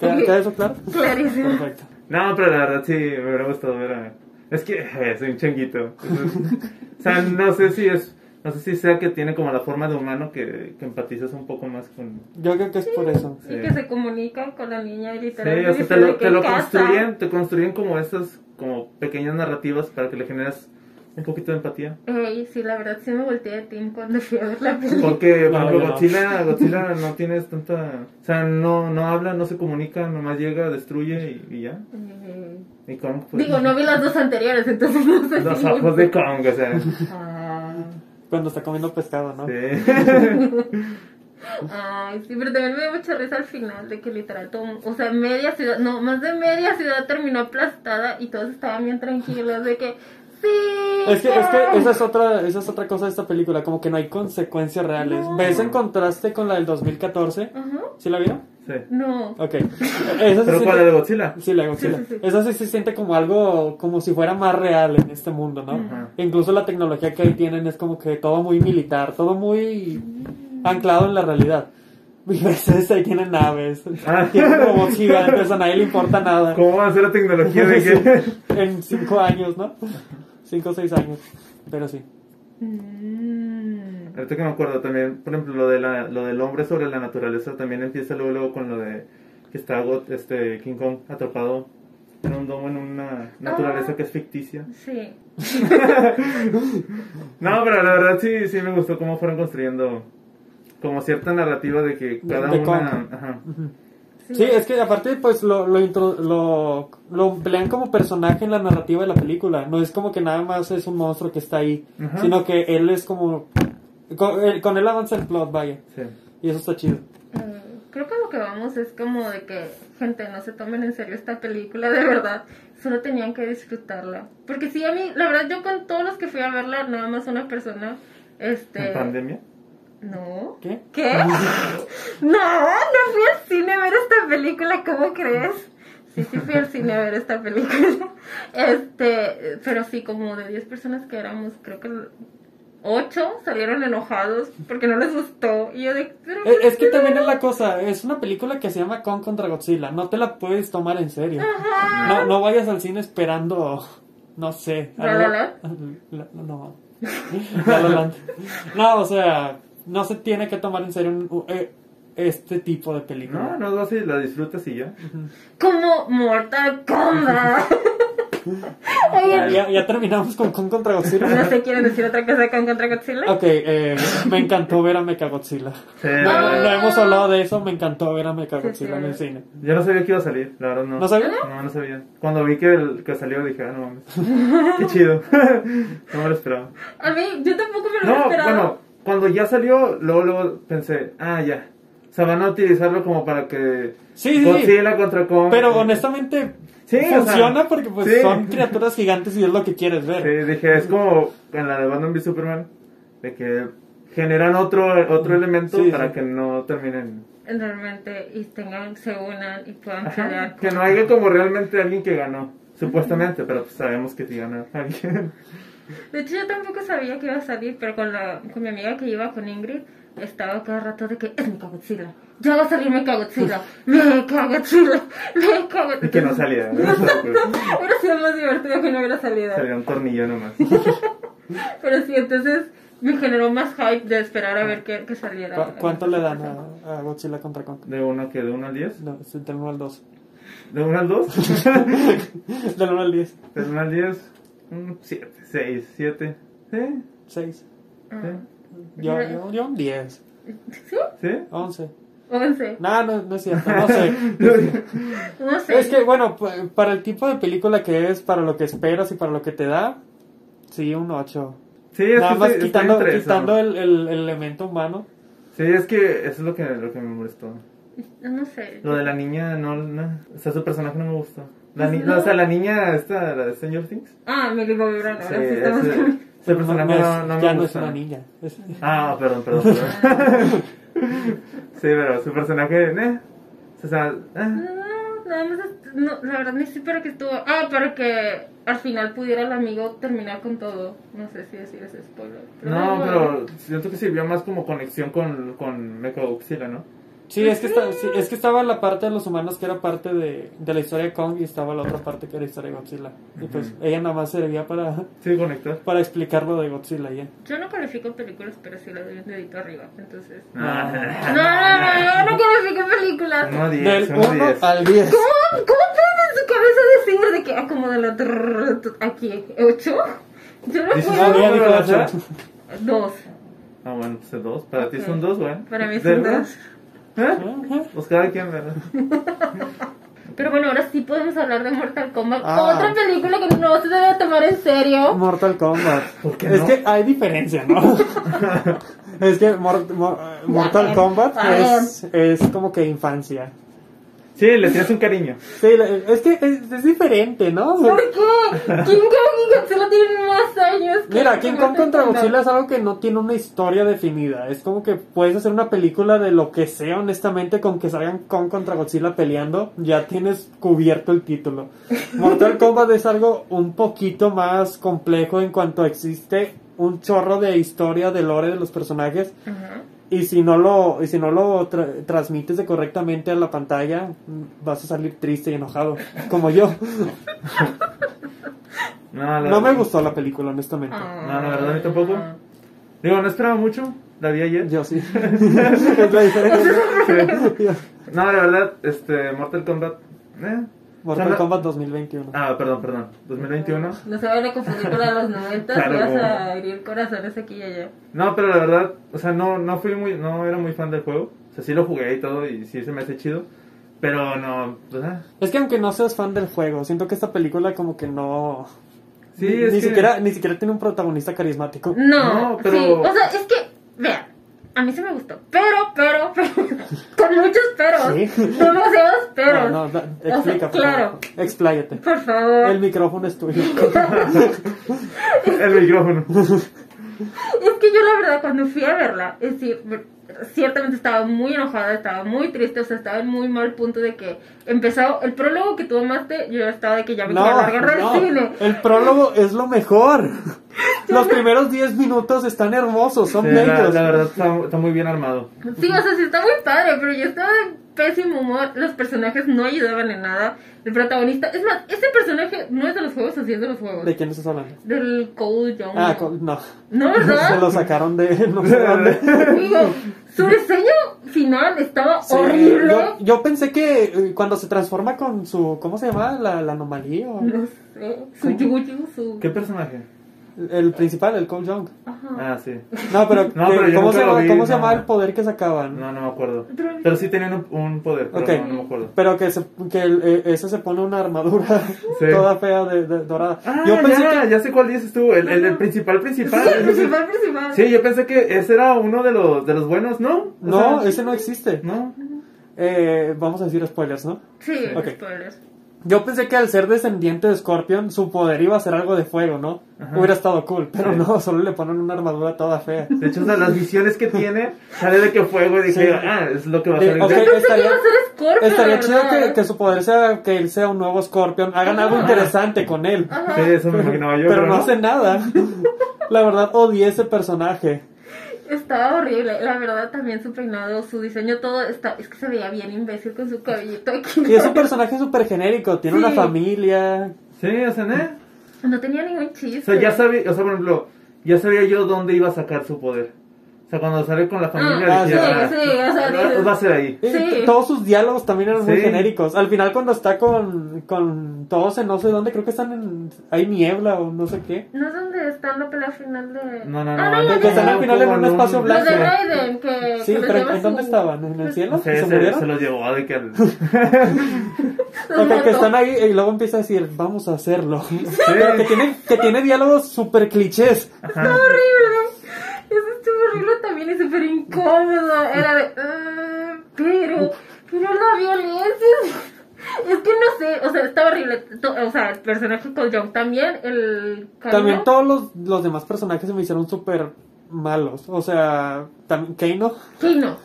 [SPEAKER 2] ¿Queda,
[SPEAKER 1] Sí.
[SPEAKER 2] queda eso claro?
[SPEAKER 1] clarísimo.
[SPEAKER 2] Perfecto.
[SPEAKER 3] No, pero la verdad sí, me hubiera gustado ver a... Es que [laughs] eh, soy un changuito. Entonces, o sea, no sé si es... No sé si sea que tiene como la forma de humano que, que empatizas un poco más con...
[SPEAKER 2] Yo creo que es por eso.
[SPEAKER 1] Y
[SPEAKER 3] Sí.
[SPEAKER 1] que se comunica con la niña y
[SPEAKER 3] Sí,
[SPEAKER 1] literalmente
[SPEAKER 3] o sea,
[SPEAKER 1] dice
[SPEAKER 3] te lo,
[SPEAKER 1] de que
[SPEAKER 3] te lo
[SPEAKER 1] casa.
[SPEAKER 3] construyen, te construyen como estas como pequeñas narrativas para que le generes un poquito de empatía.
[SPEAKER 1] Ey, sí, la verdad sí me volteé de Tim cuando fui a ver la película.
[SPEAKER 3] [laughs] Porque, por
[SPEAKER 2] No,
[SPEAKER 3] ejemplo,
[SPEAKER 2] yo no. [laughs]
[SPEAKER 3] Godzilla, Godzilla no tienes tanta... O sea, no, no habla, no se comunica, nomás llega, destruye y, y ya.
[SPEAKER 1] Eh,
[SPEAKER 3] Y Kong, pues...
[SPEAKER 1] Digo, no vi las dos anteriores, entonces no sé
[SPEAKER 3] Los
[SPEAKER 1] si-
[SPEAKER 3] ojos de Kong, o
[SPEAKER 2] [laughs]
[SPEAKER 3] sea...
[SPEAKER 1] Ah,
[SPEAKER 2] Cuando está comiendo pescado, ¿no?
[SPEAKER 3] Sí. [laughs]
[SPEAKER 1] Ay, sí, pero también me dio mucha risa al final de que literal todo, o sea, media ciudad, no, más de media ciudad terminó aplastada y todos estaban bien tranquilos de que sí.
[SPEAKER 2] Es que, es
[SPEAKER 1] ya".
[SPEAKER 2] que esa es otra, esa es otra cosa de esta película, como que no hay consecuencias reales.
[SPEAKER 1] No.
[SPEAKER 2] ¿Ves en contraste con la del 2014?
[SPEAKER 1] Ajá.
[SPEAKER 2] ¿Sí la vieron?
[SPEAKER 3] sí.
[SPEAKER 1] No.
[SPEAKER 2] Ok. Esa se
[SPEAKER 3] ¿Pero cuál es
[SPEAKER 2] siente,
[SPEAKER 3] de Godzilla?
[SPEAKER 2] sí, la de Godzilla.
[SPEAKER 1] Sí, sí, sí.
[SPEAKER 2] Esa sí se siente como algo, como si fuera más real en este mundo, ¿no?
[SPEAKER 3] Ajá.
[SPEAKER 2] Incluso la tecnología que ahí tienen es como que todo muy militar, todo muy anclado en la realidad. [laughs] Y Mercedes ahí tienen naves,
[SPEAKER 3] Ah.
[SPEAKER 2] tienen robots gigantes, a nadie le importa
[SPEAKER 3] [laughs]
[SPEAKER 2] nada.
[SPEAKER 3] ¿Cómo va a ser la
[SPEAKER 2] [laughs]
[SPEAKER 3] tecnología de que
[SPEAKER 2] en cinco años, ¿no? Cinco o seis años. Pero sí.
[SPEAKER 1] Mm.
[SPEAKER 3] Ahorita que me acuerdo también, por ejemplo, lo, de la, lo del hombre sobre la naturaleza también empieza luego, luego con lo de que está Got- este, King Kong atrapado en un domo en una
[SPEAKER 2] Ah.
[SPEAKER 3] naturaleza que es ficticia.
[SPEAKER 1] Sí.
[SPEAKER 3] No, pero la verdad sí, sí me gustó cómo fueron construyendo como cierta narrativa de que
[SPEAKER 2] De-
[SPEAKER 3] cada
[SPEAKER 2] de
[SPEAKER 3] una...
[SPEAKER 2] Kong.
[SPEAKER 3] Ajá.
[SPEAKER 2] Sí, es que aparte, pues lo, lo, intro- lo, lo emplean como personaje en la narrativa de la película. No es como que nada más es un monstruo que está ahí,
[SPEAKER 3] Ajá.
[SPEAKER 2] sino que él es como. Con, él- con él avanza el plot, vaya.
[SPEAKER 3] Sí.
[SPEAKER 2] Y eso está chido.
[SPEAKER 1] Eh, Creo que lo que vamos es como de que, gente, no se tomen en serio esta película, de verdad. Solo tenían que disfrutarla. Porque sí, a mí, la verdad, yo con todos los que fui a verla, nada más una persona, este...
[SPEAKER 3] ¿En pandemia?
[SPEAKER 1] No.
[SPEAKER 2] ¿Qué?
[SPEAKER 1] [laughs] ¿Qué? no, no fui al cine a ver esta película, ¿cómo crees? Sí, sí fui al cine a ver esta película. [laughs] Este, pero sí, como de 10 personas que éramos, creo que 8 salieron enojados porque no les gustó. Y yo de... pero
[SPEAKER 2] Es,
[SPEAKER 1] ¿por
[SPEAKER 2] Eh, es que
[SPEAKER 1] qué?
[SPEAKER 2] también es la cosa. Es una película que se llama Kong contra Godzilla. No te la puedes tomar en serio. No, no vayas al cine esperando. No sé.
[SPEAKER 1] ¿La
[SPEAKER 2] algo-
[SPEAKER 1] La
[SPEAKER 2] [laughs] La- no. La La Land. No, o sea, no se tiene que tomar en serio un- eh, este tipo de película.
[SPEAKER 3] No, no es así, la disfrutas y ya.
[SPEAKER 1] Como Mortal
[SPEAKER 2] [laughs]
[SPEAKER 1] Kombat. Oye,
[SPEAKER 2] Ya, ya terminamos con Kong contra
[SPEAKER 1] no
[SPEAKER 2] Godzilla.
[SPEAKER 1] sé, ¿quieren decir otra cosa con contra Godzilla?
[SPEAKER 2] Ok, eh, me encantó ver a Mechagodzilla.
[SPEAKER 3] Sí,
[SPEAKER 2] No,
[SPEAKER 3] la
[SPEAKER 2] no
[SPEAKER 3] verdad.
[SPEAKER 2] hemos hablado de eso, me encantó ver a Mechagodzilla en el cine.
[SPEAKER 3] Yo no sabía que iba a salir, la verdad no.
[SPEAKER 2] ¿No sabía?
[SPEAKER 3] No, no sabía. Cuando vi que, el- que salió dije, ah, no mames.
[SPEAKER 2] [laughs]
[SPEAKER 3] Qué chido. [laughs] no me lo esperaba.
[SPEAKER 1] A mí, yo tampoco
[SPEAKER 2] [laughs]
[SPEAKER 1] me lo
[SPEAKER 3] No,
[SPEAKER 1] había esperado.
[SPEAKER 3] bueno, cuando ya salió, luego, luego pensé, ah, ya. O sea, van a utilizarlo como para que
[SPEAKER 2] Sí, sí,
[SPEAKER 3] Godzilla contra Kong.
[SPEAKER 2] Pero honestamente
[SPEAKER 3] Sí, o sea,
[SPEAKER 2] funciona porque pues
[SPEAKER 3] sí.
[SPEAKER 2] son criaturas gigantes y es lo que quieres
[SPEAKER 3] Sí,
[SPEAKER 2] ver.
[SPEAKER 3] dije, es como en la de Batman v Superman, de que generan otro otro elemento
[SPEAKER 2] Sí,
[SPEAKER 3] para
[SPEAKER 2] sí.
[SPEAKER 3] que no terminen.
[SPEAKER 1] Realmente, y tengan, se unan y puedan
[SPEAKER 3] Ajá,
[SPEAKER 1] pelear.
[SPEAKER 3] que no haya como realmente alguien que ganó, supuestamente, pero pues sabemos que sí ganó alguien.
[SPEAKER 1] De hecho, yo tampoco sabía que iba a salir, pero con, la, con mi amiga que iba con Ingrid, estaba cada rato de que es mi Godzilla. Ya va a salir mi Godzilla. Me Godzilla. Me
[SPEAKER 3] Y que no
[SPEAKER 1] Godzilla.
[SPEAKER 3] salía.
[SPEAKER 2] [laughs]
[SPEAKER 1] [laughs]
[SPEAKER 3] ¿no?
[SPEAKER 1] Hubiera sido más divertido que no hubiera salido.
[SPEAKER 3] Salía un tornillo nomás.
[SPEAKER 1] Pero sí, entonces me generó más hype de esperar a ver que, que saliera.
[SPEAKER 2] ¿Cu- ¿Cuánto le dan a, a Godzilla contra Kong?
[SPEAKER 3] De uno que de 1 al 10.
[SPEAKER 2] No, es del 1 al
[SPEAKER 3] [laughs]
[SPEAKER 2] 2.
[SPEAKER 3] De 1 al 2.
[SPEAKER 2] Del 1 al 10.
[SPEAKER 3] De 1 al 10. 7, 6, 7. ¿Sí?
[SPEAKER 2] 6.
[SPEAKER 1] Ah.
[SPEAKER 2] Yo, yo, yo un 10.
[SPEAKER 1] ¿Sí?
[SPEAKER 3] ¿Sí?
[SPEAKER 2] 11.
[SPEAKER 1] Once.
[SPEAKER 2] No, no, no es cierto, no sé.
[SPEAKER 3] [laughs]
[SPEAKER 1] No sé.
[SPEAKER 2] Es que, bueno, p- para el tipo de película que es, para lo que esperas y para lo que te da, sí, un 8.
[SPEAKER 3] Sí, es
[SPEAKER 2] Nada
[SPEAKER 3] que
[SPEAKER 2] más
[SPEAKER 3] estoy- estoy
[SPEAKER 2] quitando,
[SPEAKER 3] entre eso.
[SPEAKER 2] quitando el, el- el elemento humano.
[SPEAKER 3] Sí, es que eso es lo que, lo que me molestó.
[SPEAKER 1] No sé.
[SPEAKER 3] Lo de la niña, no, no. O sea, su personaje no me gustó. La ni-
[SPEAKER 1] No.
[SPEAKER 3] O sea, la niña esta, la de Stranger Things.
[SPEAKER 1] Ah, Millie Bobby Brown.
[SPEAKER 3] Sí,
[SPEAKER 1] Ahora sí estamos
[SPEAKER 3] ese,
[SPEAKER 1] con-
[SPEAKER 2] No,
[SPEAKER 3] ese
[SPEAKER 2] no
[SPEAKER 3] Este personaje
[SPEAKER 2] es-
[SPEAKER 3] no, no me
[SPEAKER 2] ya no es
[SPEAKER 3] gusta.
[SPEAKER 2] una niña. Es-
[SPEAKER 3] Ah, perdón, perdón. perdón. [laughs] sí, pero su personaje, eh. O sea, eh.
[SPEAKER 1] No, nada más. Ah, es- No, la verdad, ni sí, pero que estuvo. Ah, para que al final pudiera el amigo terminar con todo. No sé si decir ese spoiler.
[SPEAKER 3] No,
[SPEAKER 1] bueno.
[SPEAKER 3] pero siento que sirvió más como conexión con, con Mechagodzilla, ¿no?
[SPEAKER 2] Sí, es que, está- sí, es que estaba la parte de los humanos que era parte de, de la historia de Kong y estaba la otra parte que era historia de Godzilla. Y pues ella nada más servía para,
[SPEAKER 3] Sí, conectar.
[SPEAKER 2] para explicar lo de Godzilla ya.
[SPEAKER 1] Yo no califico películas, pero sí le doy un dedito arriba. Entonces. No,
[SPEAKER 2] Ah.
[SPEAKER 3] No,
[SPEAKER 1] no, no, yo no califico películas.
[SPEAKER 3] no, 10,
[SPEAKER 2] Del
[SPEAKER 3] no
[SPEAKER 2] 1
[SPEAKER 3] 10.
[SPEAKER 2] al 10. [laughs]
[SPEAKER 1] ¿Cómo, ¿Cómo pueden en su cabeza decir de que ah, como de la trrr, aquí? ¿Ocho? Yo no
[SPEAKER 3] Dices,
[SPEAKER 2] No,
[SPEAKER 1] puedo.
[SPEAKER 2] ya dijo
[SPEAKER 3] ¿Cómo
[SPEAKER 2] ocho.
[SPEAKER 3] vas a-
[SPEAKER 1] Dos.
[SPEAKER 3] Ah, bueno, pues el 2. Para ti
[SPEAKER 1] Ok.
[SPEAKER 3] son 2, güey.
[SPEAKER 1] Para mí es
[SPEAKER 3] Del
[SPEAKER 1] un
[SPEAKER 3] uno.
[SPEAKER 1] dos.
[SPEAKER 3] ¿Eh?
[SPEAKER 2] Ajá.
[SPEAKER 3] Pues cada quien, ¿verdad?
[SPEAKER 1] Pero bueno, ahora sí podemos hablar de Mortal Kombat.
[SPEAKER 2] Ah.
[SPEAKER 1] Otra película que no se debe tomar en serio.
[SPEAKER 2] Mortal Kombat.
[SPEAKER 3] ¿Por qué
[SPEAKER 2] es
[SPEAKER 3] no?
[SPEAKER 2] que hay diferencia, ¿no?
[SPEAKER 3] [laughs]
[SPEAKER 2] es que Mor- Mor- Mortal Kombat
[SPEAKER 1] A ver.
[SPEAKER 2] es, es como que infancia.
[SPEAKER 3] Sí, le tienes un cariño.
[SPEAKER 2] Sí, la- es que es, es diferente, ¿no?
[SPEAKER 1] ¿Por qué? King Kong y Godzilla tienen más años. que
[SPEAKER 2] Mira, King Kong
[SPEAKER 1] Mortal
[SPEAKER 2] contra
[SPEAKER 1] Kombat.
[SPEAKER 2] Godzilla es algo que no tiene una historia definida. Es como que puedes hacer una película de lo que sea, honestamente, con que salgan Kong contra Godzilla peleando, ya tienes cubierto el título. Mortal Kombat es algo un poquito más complejo en cuanto existe un chorro de historia, de lore de los personajes.
[SPEAKER 1] Ajá.
[SPEAKER 2] Y si no lo, y si no lo tra- transmites de correctamente a la pantalla, mm, vas a salir triste y enojado, como yo.
[SPEAKER 3] No, la
[SPEAKER 2] No me
[SPEAKER 3] verdad-
[SPEAKER 2] gustó la película, honestamente.
[SPEAKER 1] Ah.
[SPEAKER 3] No, la verdad, ni tampoco. Digo, no esperaba mucho. La vi ayer.
[SPEAKER 2] Yo sí. es la diferencia.
[SPEAKER 3] No, la verdad, este, Mortal Kombat. eh.
[SPEAKER 2] Mortal
[SPEAKER 3] Son la-
[SPEAKER 2] Kombat 2021.
[SPEAKER 3] Ah, perdón, perdón. 2021.
[SPEAKER 1] No se van a confundir con la de los 90
[SPEAKER 3] Claro,
[SPEAKER 1] y vas
[SPEAKER 3] como-
[SPEAKER 1] a herir corazones aquí y allá.
[SPEAKER 3] No, pero la verdad, o sea, no, no fui muy, no era muy fan del juego. O sea, sí lo jugué y todo y sí se me hace chido. Pero no, pues, ah, o sea,
[SPEAKER 2] Es que aunque no seas fan del juego, siento que esta película como que no...
[SPEAKER 3] sí,
[SPEAKER 2] ni,
[SPEAKER 3] es
[SPEAKER 2] ni
[SPEAKER 3] que-
[SPEAKER 2] siquiera, ni siquiera tiene un protagonista carismático.
[SPEAKER 1] No,
[SPEAKER 3] No, pero-
[SPEAKER 1] sí, o sea, es que, vean, a mí sí me gustó, pero, pero, pero, [laughs] con muchos peros,
[SPEAKER 2] Sí.
[SPEAKER 1] demasiados peros.
[SPEAKER 2] No, no, da-
[SPEAKER 1] O sea,
[SPEAKER 2] explica, por
[SPEAKER 1] claro,
[SPEAKER 2] favor. Expláyate.
[SPEAKER 1] por favor.
[SPEAKER 2] El micrófono es tuyo.
[SPEAKER 3] el micrófono.
[SPEAKER 1] Es que yo la verdad cuando fui a verla, es decir, ciertamente estaba muy enojada, estaba muy triste, o sea, estaba en muy mal punto de que empezó el prólogo que tú amaste, yo estaba de que ya me
[SPEAKER 2] No,
[SPEAKER 1] quiero largar
[SPEAKER 2] no,
[SPEAKER 1] del cine.
[SPEAKER 2] el prólogo es lo mejor. Los primeros 10 minutos están hermosos, son
[SPEAKER 3] Sí, la,
[SPEAKER 2] bellos.
[SPEAKER 3] la verdad está, está muy bien armado.
[SPEAKER 1] Sí, o sea, sí está muy padre, pero yo estaba de pésimo humor, los personajes no ayudaban en nada, el protagonista, es más, este personaje no es de los juegos, así es de los juegos.
[SPEAKER 2] ¿De quién estás hablando?
[SPEAKER 1] Del Cole Young.
[SPEAKER 2] Ah, con- no. [laughs]
[SPEAKER 1] No,
[SPEAKER 2] Se
[SPEAKER 1] ¿verdad?
[SPEAKER 2] lo sacaron de no sé dónde.
[SPEAKER 1] [laughs] Digo, su diseño final estaba
[SPEAKER 2] Sí,
[SPEAKER 1] horrible.
[SPEAKER 2] Yo, yo pensé que eh, cuando se transforma con su. ¿Cómo se llama? La, la anomalía. o-
[SPEAKER 1] No sé, su yuyu, su...
[SPEAKER 3] ¿Qué personaje?
[SPEAKER 2] El principal, el Cole Young.
[SPEAKER 1] Ajá.
[SPEAKER 3] Ah, sí.
[SPEAKER 2] No, pero.
[SPEAKER 3] No, pero
[SPEAKER 2] eh,
[SPEAKER 3] yo
[SPEAKER 2] ¿Cómo,
[SPEAKER 3] nunca
[SPEAKER 2] se,
[SPEAKER 3] lo
[SPEAKER 2] llama-
[SPEAKER 3] vi,
[SPEAKER 2] ¿cómo se
[SPEAKER 3] no.
[SPEAKER 2] llamaba el poder que sacaban?
[SPEAKER 3] No, no me acuerdo. Pero sí tenían un, un poder, pero
[SPEAKER 2] Ok.
[SPEAKER 3] no, no me acuerdo.
[SPEAKER 2] Pero que, se, que el- eh, ese se pone una armadura
[SPEAKER 3] [laughs] Sí.
[SPEAKER 2] toda fea de, de- dorada.
[SPEAKER 3] Ah,
[SPEAKER 2] yo pensé
[SPEAKER 3] ya,
[SPEAKER 2] que.
[SPEAKER 3] ya sé cuál dices tú, el, el, el principal principal.
[SPEAKER 1] Sí, el principal, principal.
[SPEAKER 3] Sí, yo pensé que ese era uno de los, de los buenos, ¿no? O
[SPEAKER 2] No,
[SPEAKER 3] sea,
[SPEAKER 2] ese no existe.
[SPEAKER 3] No.
[SPEAKER 2] Eh, vamos a decir spoilers, ¿no?
[SPEAKER 1] Sí,
[SPEAKER 2] Ok.
[SPEAKER 1] spoilers.
[SPEAKER 2] Yo pensé que al ser descendiente de Scorpion, su poder iba a ser algo de fuego, ¿no?
[SPEAKER 3] Ajá.
[SPEAKER 2] Hubiera estado cool, pero
[SPEAKER 3] Sí.
[SPEAKER 2] no, [laughs] solo le ponen una armadura toda fea.
[SPEAKER 3] De hecho, o sea, las visiones que tiene, sale de que fuego y dije,
[SPEAKER 2] Sí.
[SPEAKER 3] ah, es lo que va a
[SPEAKER 2] Sí,
[SPEAKER 3] salir.
[SPEAKER 2] ok.
[SPEAKER 1] Yo pensé
[SPEAKER 2] estaría-
[SPEAKER 1] que iba a ser Scorpio,
[SPEAKER 2] Estaría
[SPEAKER 1] pues, la
[SPEAKER 2] chido
[SPEAKER 1] verdad.
[SPEAKER 2] que, que su poder sea que él sea un nuevo Scorpion. Hagan algo
[SPEAKER 1] Ajá.
[SPEAKER 2] interesante con él.
[SPEAKER 1] Ajá.
[SPEAKER 3] Sí, eso me imaginaba yo.
[SPEAKER 2] Pero no hacen nada. La verdad, odié ese personaje.
[SPEAKER 1] Estaba horrible, la verdad también su peinado, su diseño, todo está, es que se veía bien imbécil con su cabellito aquí.
[SPEAKER 2] Y es un personaje súper genérico. Tiene
[SPEAKER 1] Sí.
[SPEAKER 2] una familia.
[SPEAKER 3] Sí, o sea, ¿eh?
[SPEAKER 1] No tenía ningún chiste.
[SPEAKER 3] O sea, ya sabía, o sea, por ejemplo, ya sabía yo dónde iba a sacar su poder. O sea, cuando salió con la familia,
[SPEAKER 2] Ah,
[SPEAKER 3] dije,
[SPEAKER 2] sí,
[SPEAKER 3] ah,
[SPEAKER 1] sí, o sea,
[SPEAKER 3] va-
[SPEAKER 1] dices-
[SPEAKER 3] va a ser ahí.
[SPEAKER 2] Y
[SPEAKER 1] Sí.
[SPEAKER 2] t- Todos sus diálogos también eran muy
[SPEAKER 3] Sí.
[SPEAKER 2] genéricos. Al final, cuando está con, con todos en no sé dónde, creo que están en. Hay niebla o no sé qué.
[SPEAKER 1] No es donde está la pelea final de...
[SPEAKER 3] No, no, no.
[SPEAKER 1] Ah,
[SPEAKER 3] no,
[SPEAKER 1] no,
[SPEAKER 2] que
[SPEAKER 1] ya
[SPEAKER 2] están
[SPEAKER 1] sé.
[SPEAKER 2] al final en un espacio
[SPEAKER 1] Los de
[SPEAKER 2] blanco.
[SPEAKER 1] Raiden, que...
[SPEAKER 2] Sí,
[SPEAKER 1] que les
[SPEAKER 2] pero
[SPEAKER 1] lleva
[SPEAKER 2] ¿en dónde
[SPEAKER 1] su- Pues,
[SPEAKER 2] estaban? ¿En el cielo?
[SPEAKER 3] No sé,
[SPEAKER 2] Ah, ¿Se
[SPEAKER 3] se,
[SPEAKER 2] murieron?
[SPEAKER 3] se lo llevó de
[SPEAKER 2] [laughs]
[SPEAKER 3] que al...
[SPEAKER 1] los
[SPEAKER 2] Ok, que
[SPEAKER 1] motos.
[SPEAKER 2] están ahí y luego empieza a decir, vamos a hacerlo. Pero que
[SPEAKER 3] Sí.
[SPEAKER 2] tiene, que tiene diálogos súper clichés.
[SPEAKER 1] Está horrible. Eso estuvo horrible también y súper incómodo. Era de. "Ah, pero. Pero la violencia. Es es que no sé. O sea, está horrible. To- O sea, el personaje con Young también. El. Kano,
[SPEAKER 2] También todos los, los demás personajes se me hicieron súper malos. O sea, también Keino
[SPEAKER 1] Kino.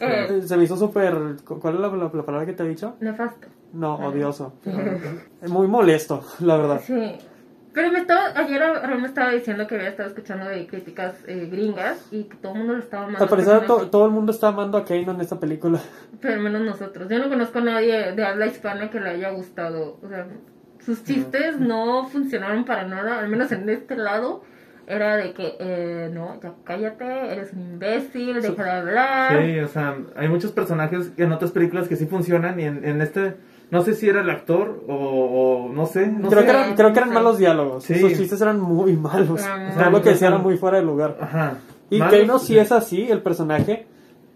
[SPEAKER 1] Eh,
[SPEAKER 2] eh, se me hizo súper... cu- ¿Cuál es la, la- la palabra que te he dicho?
[SPEAKER 1] nefasto.
[SPEAKER 2] No, odioso. Muy molesto, la verdad.
[SPEAKER 1] Sí. Pero me estaba, ayer Raúl me estaba diciendo que había estado escuchando de críticas eh, gringas y que todo el mundo lo estaba amando.
[SPEAKER 2] Al parecer
[SPEAKER 1] Personaje.
[SPEAKER 2] to- todo el mundo está amando a Keino en esta película.
[SPEAKER 1] Pero al menos nosotros. Yo no conozco a nadie de habla hispana que le haya gustado. O sea, sus chistes no funcionaron para nada, al menos en este lado. Era de que, eh, no, ya cállate, eres un imbécil, deja de
[SPEAKER 2] Ah.
[SPEAKER 1] hablar.
[SPEAKER 3] Sí, o sea, hay muchos personajes en otras películas que sí funcionan y en, en este, no sé si era el actor o, o no sé, no
[SPEAKER 2] creo,
[SPEAKER 3] sé.
[SPEAKER 2] que eran, creo que eran
[SPEAKER 1] Sí.
[SPEAKER 2] malos diálogos.
[SPEAKER 3] Sí.
[SPEAKER 2] Sus chistes eran muy malos.
[SPEAKER 1] Ah.
[SPEAKER 2] Todo lo que decía era muy fuera de lugar.
[SPEAKER 3] Ajá.
[SPEAKER 2] Y
[SPEAKER 3] Malos,
[SPEAKER 2] Keino sí es así, el personaje.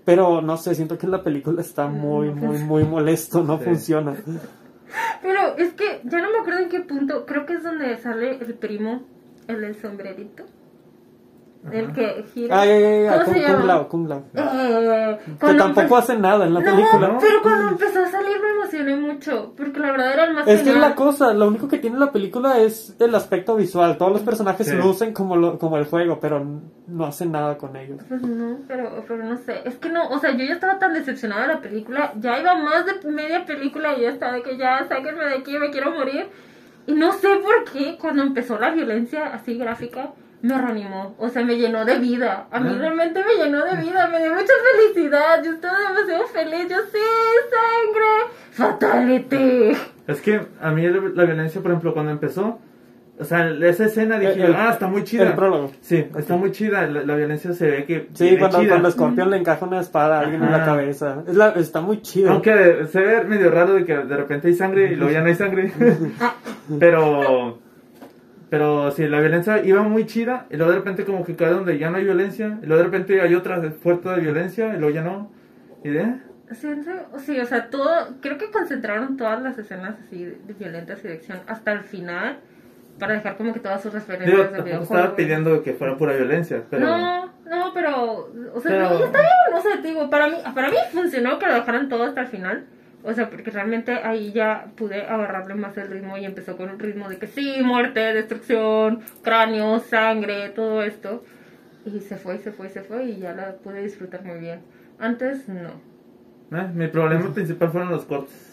[SPEAKER 2] Pero no sé, siento que en la película está muy, muy, muy molesto. No
[SPEAKER 3] Sí.
[SPEAKER 2] funciona.
[SPEAKER 1] Pero es que ya no me acuerdo en qué punto, creo que es donde sale el primo, el del sombrerito. El que gira.
[SPEAKER 2] Ay, ay, ay,
[SPEAKER 1] ¿Cómo
[SPEAKER 2] ay, Kung-
[SPEAKER 1] se
[SPEAKER 2] Kung
[SPEAKER 1] llama?
[SPEAKER 2] Lao, Kung Lao.
[SPEAKER 1] Eh,
[SPEAKER 2] Que
[SPEAKER 1] cuando
[SPEAKER 2] tampoco
[SPEAKER 1] empe-
[SPEAKER 2] hace nada en la película.
[SPEAKER 1] No,
[SPEAKER 3] ¿no?
[SPEAKER 1] pero cuando empezó a salir me emocioné mucho, porque la verdad era el más
[SPEAKER 2] Es que es
[SPEAKER 1] genial.
[SPEAKER 2] la cosa, lo único que tiene la película es el aspecto visual. Todos los personajes
[SPEAKER 3] Sí.
[SPEAKER 2] lucen como, lo- como el juego, pero n- no hacen nada con ellos.
[SPEAKER 1] Pues no, pero, pero no sé. Es que no, o sea, yo ya estaba tan decepcionada de la película. Ya iba más de media película y ya estaba de que ya sáquenme de aquí, me quiero morir. Y no sé por qué, cuando empezó la violencia así gráfica, me reanimó, o sea, me llenó de vida. A mí
[SPEAKER 3] Ah.
[SPEAKER 1] realmente me llenó de vida, me dio mucha felicidad. Yo estaba demasiado feliz, yo sí, sangre, fatality.
[SPEAKER 3] Es que a mí la, la violencia, por ejemplo, cuando empezó, o sea, esa escena dije,
[SPEAKER 2] El- el-
[SPEAKER 3] ah, está muy chida.
[SPEAKER 2] el prólogo.
[SPEAKER 3] Sí, está muy chida. La, la violencia se ve que.
[SPEAKER 2] Sí,
[SPEAKER 3] viene
[SPEAKER 2] cuando,
[SPEAKER 3] chida.
[SPEAKER 2] cuando Scorpion le encaja una espada a alguien en la
[SPEAKER 3] Ajá.
[SPEAKER 2] cabeza. Es la- está muy chido.
[SPEAKER 3] Aunque se ve medio raro de que de repente hay sangre y luego ya no hay sangre. pero. Pero sí, la violencia iba muy chida y luego de repente como que cae donde ya no hay violencia y luego de repente hay otra fuerte de violencia y luego ya no. Y de. "Ah".
[SPEAKER 1] Siento, sí, o sea, todo, creo que concentraron todas las escenas así de- de violentas y de acción hasta el final para dejar como que todas sus referencias
[SPEAKER 3] Digo,
[SPEAKER 1] de
[SPEAKER 3] tampoco
[SPEAKER 1] videojuegos.
[SPEAKER 3] estaba pidiendo que fuera pura violencia, pero.
[SPEAKER 1] No, no, pero, o sea,
[SPEAKER 3] Pero-
[SPEAKER 1] no, está bien, o sea, te digo, para mí, para mí funcionó que lo dejaran todo hasta el final. O sea, porque realmente ahí ya pude agarrarle más el ritmo y empezó con un ritmo de que sí, muerte, destrucción, cráneo, sangre, todo esto. Y se fue, y se fue, y se fue y ya la pude disfrutar muy bien. Antes no.
[SPEAKER 3] Eh, Mi problema principal fueron los cortes.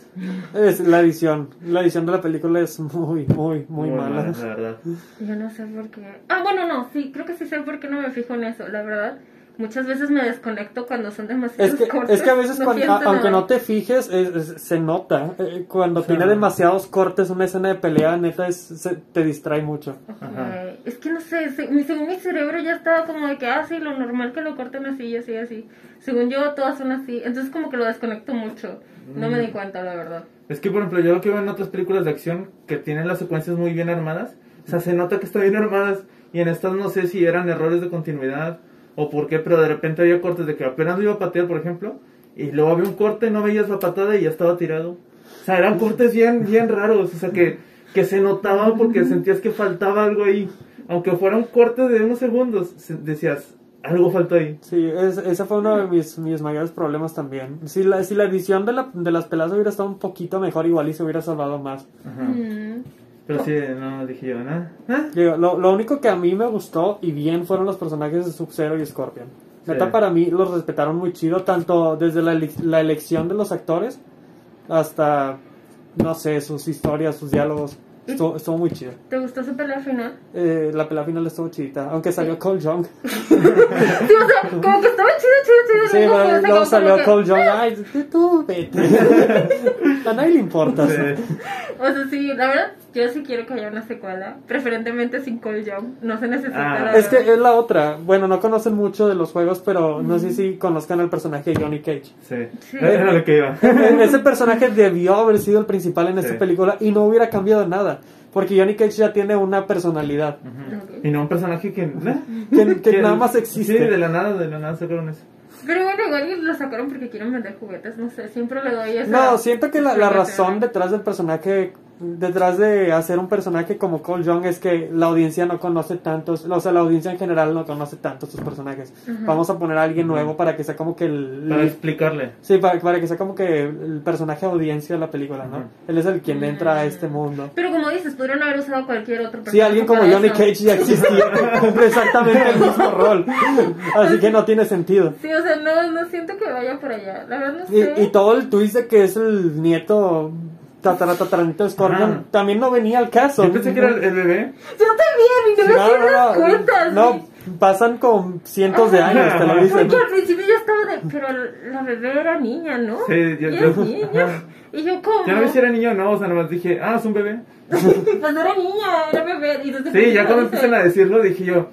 [SPEAKER 2] Es la edición. La edición de la película es muy, muy, muy, mala.
[SPEAKER 3] La verdad.
[SPEAKER 1] Yo no sé por qué. Ah, bueno, no, sí, creo que sí sé por qué no me fijo en eso, la verdad. Muchas veces me desconecto cuando son demasiados
[SPEAKER 2] Es que,
[SPEAKER 1] cortes.
[SPEAKER 2] es que a veces,
[SPEAKER 1] No
[SPEAKER 2] cuando-
[SPEAKER 1] siento
[SPEAKER 2] a- aunque
[SPEAKER 1] nada.
[SPEAKER 2] no te fijes, es- es- se nota. Eh, cuando
[SPEAKER 3] Sí.
[SPEAKER 2] tiene demasiados cortes, una escena de pelea, neta, es- se- te distrae mucho.
[SPEAKER 3] Ajá.
[SPEAKER 1] Ay, Es que no sé, se- mi, según mi cerebro ya estaba como de que, ah, sí, lo normal que lo corten así, y así, así. Según yo, todas son así. Entonces como que lo desconecto mucho. No me di cuenta, la verdad.
[SPEAKER 3] Es que, por ejemplo, yo lo que veo en otras películas de acción que tienen las secuencias muy bien armadas, o sea, se nota que están bien armadas. Y en estas no sé si eran errores de continuidad o por qué, pero de repente había cortes de que apenas lo iba a patear, por ejemplo, y luego había un corte, no veías la patada y ya estaba tirado. O sea, eran cortes bien, bien raros, o sea, que, que se notaba porque sentías que faltaba algo ahí. Aunque fuera un corte de unos segundos, se- decías, algo faltó ahí.
[SPEAKER 2] Sí, es- ese fue uno de mis, mis mayores problemas también. Si la, si la edición de, la- de las peladas hubiera estado un poquito mejor, igual y se hubiera salvado más.
[SPEAKER 3] Ajá.
[SPEAKER 1] Mm.
[SPEAKER 3] Pero sí, no, dije yo, nada.
[SPEAKER 2] Digo, lo, lo único que a mí me gustó y bien fueron los personajes de Sub-Zero y Scorpion. Neta,
[SPEAKER 3] Sí.
[SPEAKER 2] para mí los respetaron muy chido, tanto desde la, ele- la elección de los actores hasta, no sé, sus historias, sus diálogos. Estuvo, estuvo muy chido.
[SPEAKER 1] ¿Te gustó su pelea final? [laughs]
[SPEAKER 2] Eh, la pelea final estuvo chidita, aunque salió Cole
[SPEAKER 3] [laughs]
[SPEAKER 2] Young.
[SPEAKER 1] Sí, o sea, como que estaba chido, chido, chido.
[SPEAKER 2] Sí,
[SPEAKER 1] luego fue
[SPEAKER 2] pero
[SPEAKER 1] así
[SPEAKER 2] luego
[SPEAKER 1] como
[SPEAKER 2] salió
[SPEAKER 1] que-
[SPEAKER 2] Cole Young. Ay, tú
[SPEAKER 3] [laughs]
[SPEAKER 2] vete. A nadie le importa.
[SPEAKER 3] Sí.
[SPEAKER 1] O sea, sí, la verdad, yo sí quiero que haya una secuela. Preferentemente sin Cole Young. No se necesita.
[SPEAKER 3] Ah.
[SPEAKER 1] la
[SPEAKER 2] Es que
[SPEAKER 1] verdad.
[SPEAKER 2] es la otra. Bueno, no conocen mucho de los juegos, pero no sé si conozcan al personaje de Johnny
[SPEAKER 3] [laughs]
[SPEAKER 2] Cage.
[SPEAKER 3] Sí,
[SPEAKER 1] Sí.
[SPEAKER 3] era lo que iba.
[SPEAKER 2] E- Ese personaje debió haber sido el principal en esta
[SPEAKER 3] Sí.
[SPEAKER 2] película y no hubiera cambiado nada. Porque Johnny Cage ya tiene una personalidad
[SPEAKER 1] Ok.
[SPEAKER 3] Y no un personaje que, ¿eh?
[SPEAKER 2] que, que
[SPEAKER 3] que-
[SPEAKER 2] nada más
[SPEAKER 3] Sí, de
[SPEAKER 2] existe.
[SPEAKER 3] la nada, de la nada sacaron eso.
[SPEAKER 1] Pero bueno, igual lo sacaron porque quieren vender juguetes. No sé, siempre le doy esa.
[SPEAKER 2] No, siento que la, la
[SPEAKER 1] esa
[SPEAKER 2] razón detrás del personaje, detrás de hacer un personaje como Cole Young es que la audiencia no conoce tantos, o sea, la audiencia en general no conoce tantos sus personajes. Vamos a poner a alguien nuevo para que sea como que el...
[SPEAKER 3] Para explicarle.
[SPEAKER 2] Sí, para, para que sea como que el personaje audiencia de la película, ¿no?
[SPEAKER 3] Ujú.
[SPEAKER 2] Él es el quien entra a este mundo.
[SPEAKER 1] Pero como dices, pudieron haber usado cualquier otro
[SPEAKER 2] Sí, alguien como
[SPEAKER 1] para
[SPEAKER 2] Johnny
[SPEAKER 1] eso.
[SPEAKER 2] Cage
[SPEAKER 1] [laughs]
[SPEAKER 2] ya existía, cumple exactamente [laughs] el mismo rol. Así que no tiene sentido.
[SPEAKER 1] Sí, o sea, no, no siento que vaya por allá. La verdad no sé.
[SPEAKER 2] Y, y todo el twist de que es el nieto tataratatranito de Scorpion
[SPEAKER 3] Ajá.
[SPEAKER 2] también no venía al caso.
[SPEAKER 3] Yo pensé que era el, el bebé.
[SPEAKER 1] Yo también, y no me hacía las cuentas.
[SPEAKER 2] no,
[SPEAKER 1] y-
[SPEAKER 2] pasan con cientos de años, te lo dicen.
[SPEAKER 1] Porque al principio yo estaba de. Pero la bebé era niña, ¿no?
[SPEAKER 3] Sí, yo-
[SPEAKER 1] Y es
[SPEAKER 3] yo-
[SPEAKER 1] niña.
[SPEAKER 3] ajá.
[SPEAKER 1] Y yo, como
[SPEAKER 3] Yo no vi si era niño o no, o sea, nomás dije, ah, es un bebé.
[SPEAKER 1] pues era niña, era bebé. Y desde el
[SPEAKER 3] Sí,
[SPEAKER 1] principio
[SPEAKER 3] ya cuando
[SPEAKER 1] lo
[SPEAKER 3] empiezan
[SPEAKER 1] dicen.
[SPEAKER 3] a decirlo, dije yo,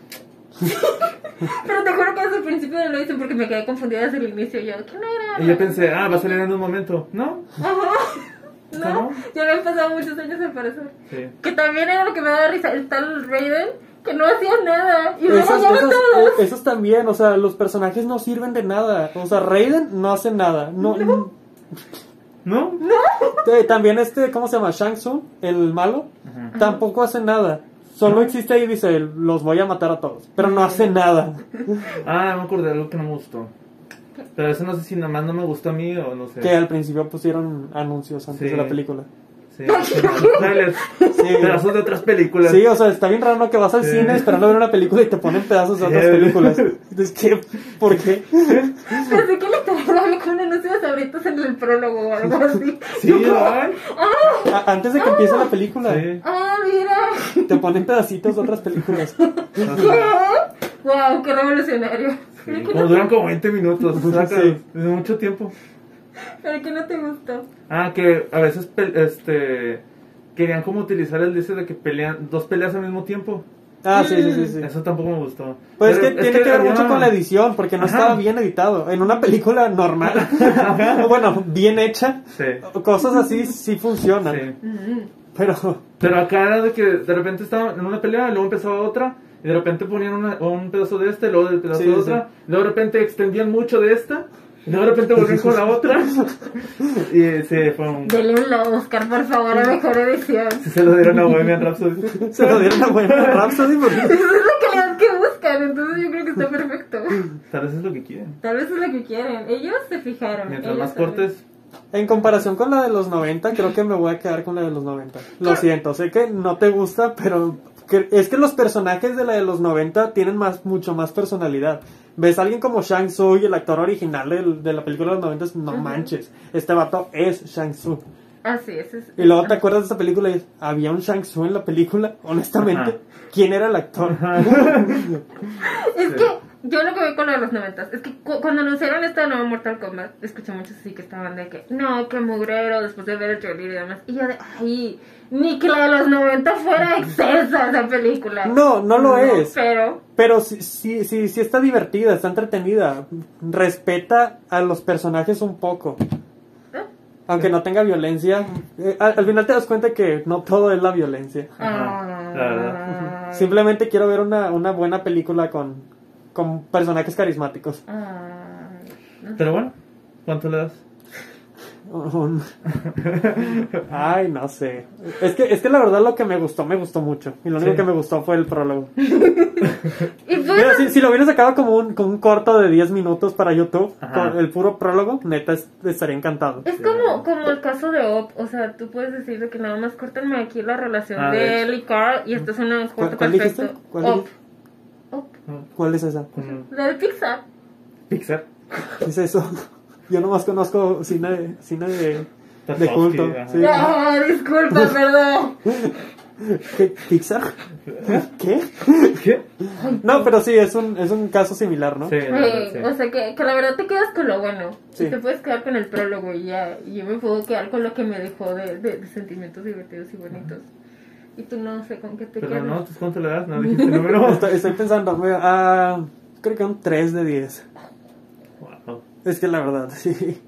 [SPEAKER 1] Pero te juro que desde el principio no lo dicen porque me quedé confundida desde el inicio. Yo, ¿qué no era?
[SPEAKER 3] y yo pensé, ah, va a salir en un momento. ¿No? [laughs]
[SPEAKER 1] Ajá. No,
[SPEAKER 3] ¿Cómo?
[SPEAKER 1] ya me han pasado muchos años al parecer.
[SPEAKER 3] Sí.
[SPEAKER 1] Que también era lo que me daba risa, el tal Raiden, que no hacía nada. Y luego
[SPEAKER 2] Esos,
[SPEAKER 1] ya
[SPEAKER 2] esos-
[SPEAKER 1] todos.
[SPEAKER 2] eh, esos también, o sea, los personajes no sirven de nada. O sea, Raiden no hace nada. No,
[SPEAKER 3] ¿No?
[SPEAKER 2] [laughs] Eh, También este, ¿cómo se llama? Shang Tsung, el malo,
[SPEAKER 3] Ajá.
[SPEAKER 2] tampoco hace nada. Solo existe ahí y dice, los voy a matar a todos. Pero no hace nada.
[SPEAKER 3] Ah, me acordé de algo que no me gustó. Pero eso no sé si nada más no me gustó a mí o no sé.
[SPEAKER 2] Que al principio pusieron anuncios antes
[SPEAKER 3] Sí.
[SPEAKER 2] de la película.
[SPEAKER 3] Sí, son los trailers. Pedazos de otras películas.
[SPEAKER 2] Sí, o sea, está bien raro que vas al
[SPEAKER 3] Sí.
[SPEAKER 2] cine esperando ver una película y te ponen pedazos de otras
[SPEAKER 3] Sí.
[SPEAKER 2] películas. Es que, ¿por qué?
[SPEAKER 1] Pensé que le estaban dando con anuncios ahorita en el prólogo o algo así. [laughs]
[SPEAKER 3] Sí, ay.
[SPEAKER 2] A- antes de que empiece la película,
[SPEAKER 3] Sí.
[SPEAKER 1] ¡Ah, mira!
[SPEAKER 2] te ponen pedacitos de otras películas.
[SPEAKER 1] ¡Wow, qué revolucionario!
[SPEAKER 3] Sí, Como duran como 20 minutos, saca
[SPEAKER 2] Sí.
[SPEAKER 3] es mucho tiempo.
[SPEAKER 1] ¿Pero qué no te gustó?
[SPEAKER 3] Ah, que a veces pe- este querían como utilizar el dice de que pelean dos peleas al mismo tiempo.
[SPEAKER 2] Ah, sí, sí, sí. sí.
[SPEAKER 3] Eso tampoco me gustó.
[SPEAKER 2] Pues es que
[SPEAKER 3] Pero
[SPEAKER 2] tiene que ver
[SPEAKER 3] había-
[SPEAKER 2] mucho con la edición, porque no
[SPEAKER 3] Ajá.
[SPEAKER 2] estaba bien editado. En una película
[SPEAKER 3] [laughs]
[SPEAKER 2] normal, o bueno, bien hecha,
[SPEAKER 3] Sí.
[SPEAKER 2] cosas así sí funcionan.
[SPEAKER 3] Sí.
[SPEAKER 1] Mm.
[SPEAKER 2] Pero, [laughs]
[SPEAKER 3] Pero acá era de que de repente estaban en una pelea, luego empezaba otra, y de repente ponían una- un pedazo de este, luego del pedazo
[SPEAKER 2] Sí,
[SPEAKER 3] de
[SPEAKER 2] sí,
[SPEAKER 3] otra, y luego de repente extendían mucho de esta, y luego de repente volvían con la
[SPEAKER 2] [laughs]
[SPEAKER 3] otra. Y sí, fue un.
[SPEAKER 1] Dele un Oscar, por favor, a mejor edición.
[SPEAKER 3] sí se lo dieron a Bohemian Rhapsody.
[SPEAKER 2] se lo dieron a Bohemian Rhapsody porque-
[SPEAKER 1] Eso es lo que le dan que buscan, entonces yo creo que está perfecto.
[SPEAKER 3] Tal vez es lo que quieren.
[SPEAKER 1] Tal vez es lo que quieren. Ellos se fijaron.
[SPEAKER 3] Mientras
[SPEAKER 1] ellos
[SPEAKER 3] más
[SPEAKER 1] saben.
[SPEAKER 3] cortes,
[SPEAKER 2] En comparación con la de los 90, creo que me voy a quedar con la de los 90.
[SPEAKER 3] Ah.
[SPEAKER 2] Lo siento, sé que no te gusta, pero que- es que los personajes de la de los 90 tienen más, mucho más personalidad. Ves a alguien como Shang Tsung, el actor original del- de la película de los 90, no manches, este vato es Shang Tsung.
[SPEAKER 1] Así es. es-
[SPEAKER 2] Y luego te acuerdas de esa película y dices, había un Shang Tsung en la película, honestamente,
[SPEAKER 3] Ajá.
[SPEAKER 2] ¿quién era el actor?
[SPEAKER 1] Es que yo lo que veo con lo de los noventas es que cu- cuando anunciaron esta nueva Mortal Kombat, escuché muchos así que estaban de que no, que mugrero, después de ver el trailer y demás. Y yo de ay, ni que la de los 90 fuera excelsa esa película.
[SPEAKER 2] No, no lo es.
[SPEAKER 1] Pero
[SPEAKER 2] Pero sí, sí, sí, sí está divertida, está entretenida. Respeta a los personajes un poco.
[SPEAKER 1] ¿eh?
[SPEAKER 2] Aunque no tenga violencia. Eh, al, al final te das cuenta que no todo es la violencia.
[SPEAKER 3] Ajá,
[SPEAKER 1] ah,
[SPEAKER 3] la verdad.
[SPEAKER 2] Simplemente quiero ver una, una buena película con, con personajes carismáticos. [laughs]
[SPEAKER 1] ah,
[SPEAKER 3] Pero bueno, ¿cuánto le das?
[SPEAKER 2] Un- Ay, no sé. Es que, es que la verdad lo que me gustó, me gustó mucho. Y lo único
[SPEAKER 3] Sí.
[SPEAKER 2] que me gustó fue el prólogo.
[SPEAKER 1] Y fue
[SPEAKER 2] Mira, si, si lo hubieras sacado como un, como un corto de 10 minutos para YouTube,
[SPEAKER 3] Ajá.
[SPEAKER 2] con el puro prólogo, neta, es- estaría encantado.
[SPEAKER 1] Es como, como el caso de Op, o sea, tú puedes decir de que nada más córtame aquí la relación
[SPEAKER 3] A ver.
[SPEAKER 1] de él y Carl y esto es un corto
[SPEAKER 2] Ah, cuál dijiste?
[SPEAKER 1] perfecto.
[SPEAKER 2] ¿Cuál
[SPEAKER 1] Op.
[SPEAKER 2] dijiste?
[SPEAKER 1] Op.
[SPEAKER 2] ¿Cuál es esa?
[SPEAKER 3] Con
[SPEAKER 1] La de Pixar.
[SPEAKER 3] Pixar.
[SPEAKER 2] ¿Qué es eso? [laughs] Yo nomás conozco cine, cine de, de
[SPEAKER 3] Tarkovsky,
[SPEAKER 2] culto.
[SPEAKER 3] ajá.
[SPEAKER 2] sí.
[SPEAKER 1] No,
[SPEAKER 2] [laughs]
[SPEAKER 1] disculpa, perdón.
[SPEAKER 2] ¿Qué? ¿Pixar? [laughs] [laughs] ¿Qué?
[SPEAKER 3] ¿Qué?
[SPEAKER 2] No, pero sí, es un, es un caso similar, ¿no?
[SPEAKER 3] Sí, la
[SPEAKER 1] Eh,
[SPEAKER 3] verdad,
[SPEAKER 1] O
[SPEAKER 3] sí.
[SPEAKER 1] sea, que, que la verdad te quedas con lo bueno.
[SPEAKER 2] Sí.
[SPEAKER 1] Y te puedes quedar con el prólogo y ya. Y yo me puedo quedar con lo que me dejó de, de- de sentimientos divertidos y bonitos. Y tú no sé con qué te
[SPEAKER 3] Pero
[SPEAKER 1] quedas.
[SPEAKER 3] no, ¿tú ¿cuánto le das? No dijiste
[SPEAKER 1] [laughs]
[SPEAKER 3] el número.
[SPEAKER 2] Estoy, estoy pensando, mira, ah, creo que un 3 de 10.
[SPEAKER 3] Wow.
[SPEAKER 2] Es que la verdad, [laughs] sí.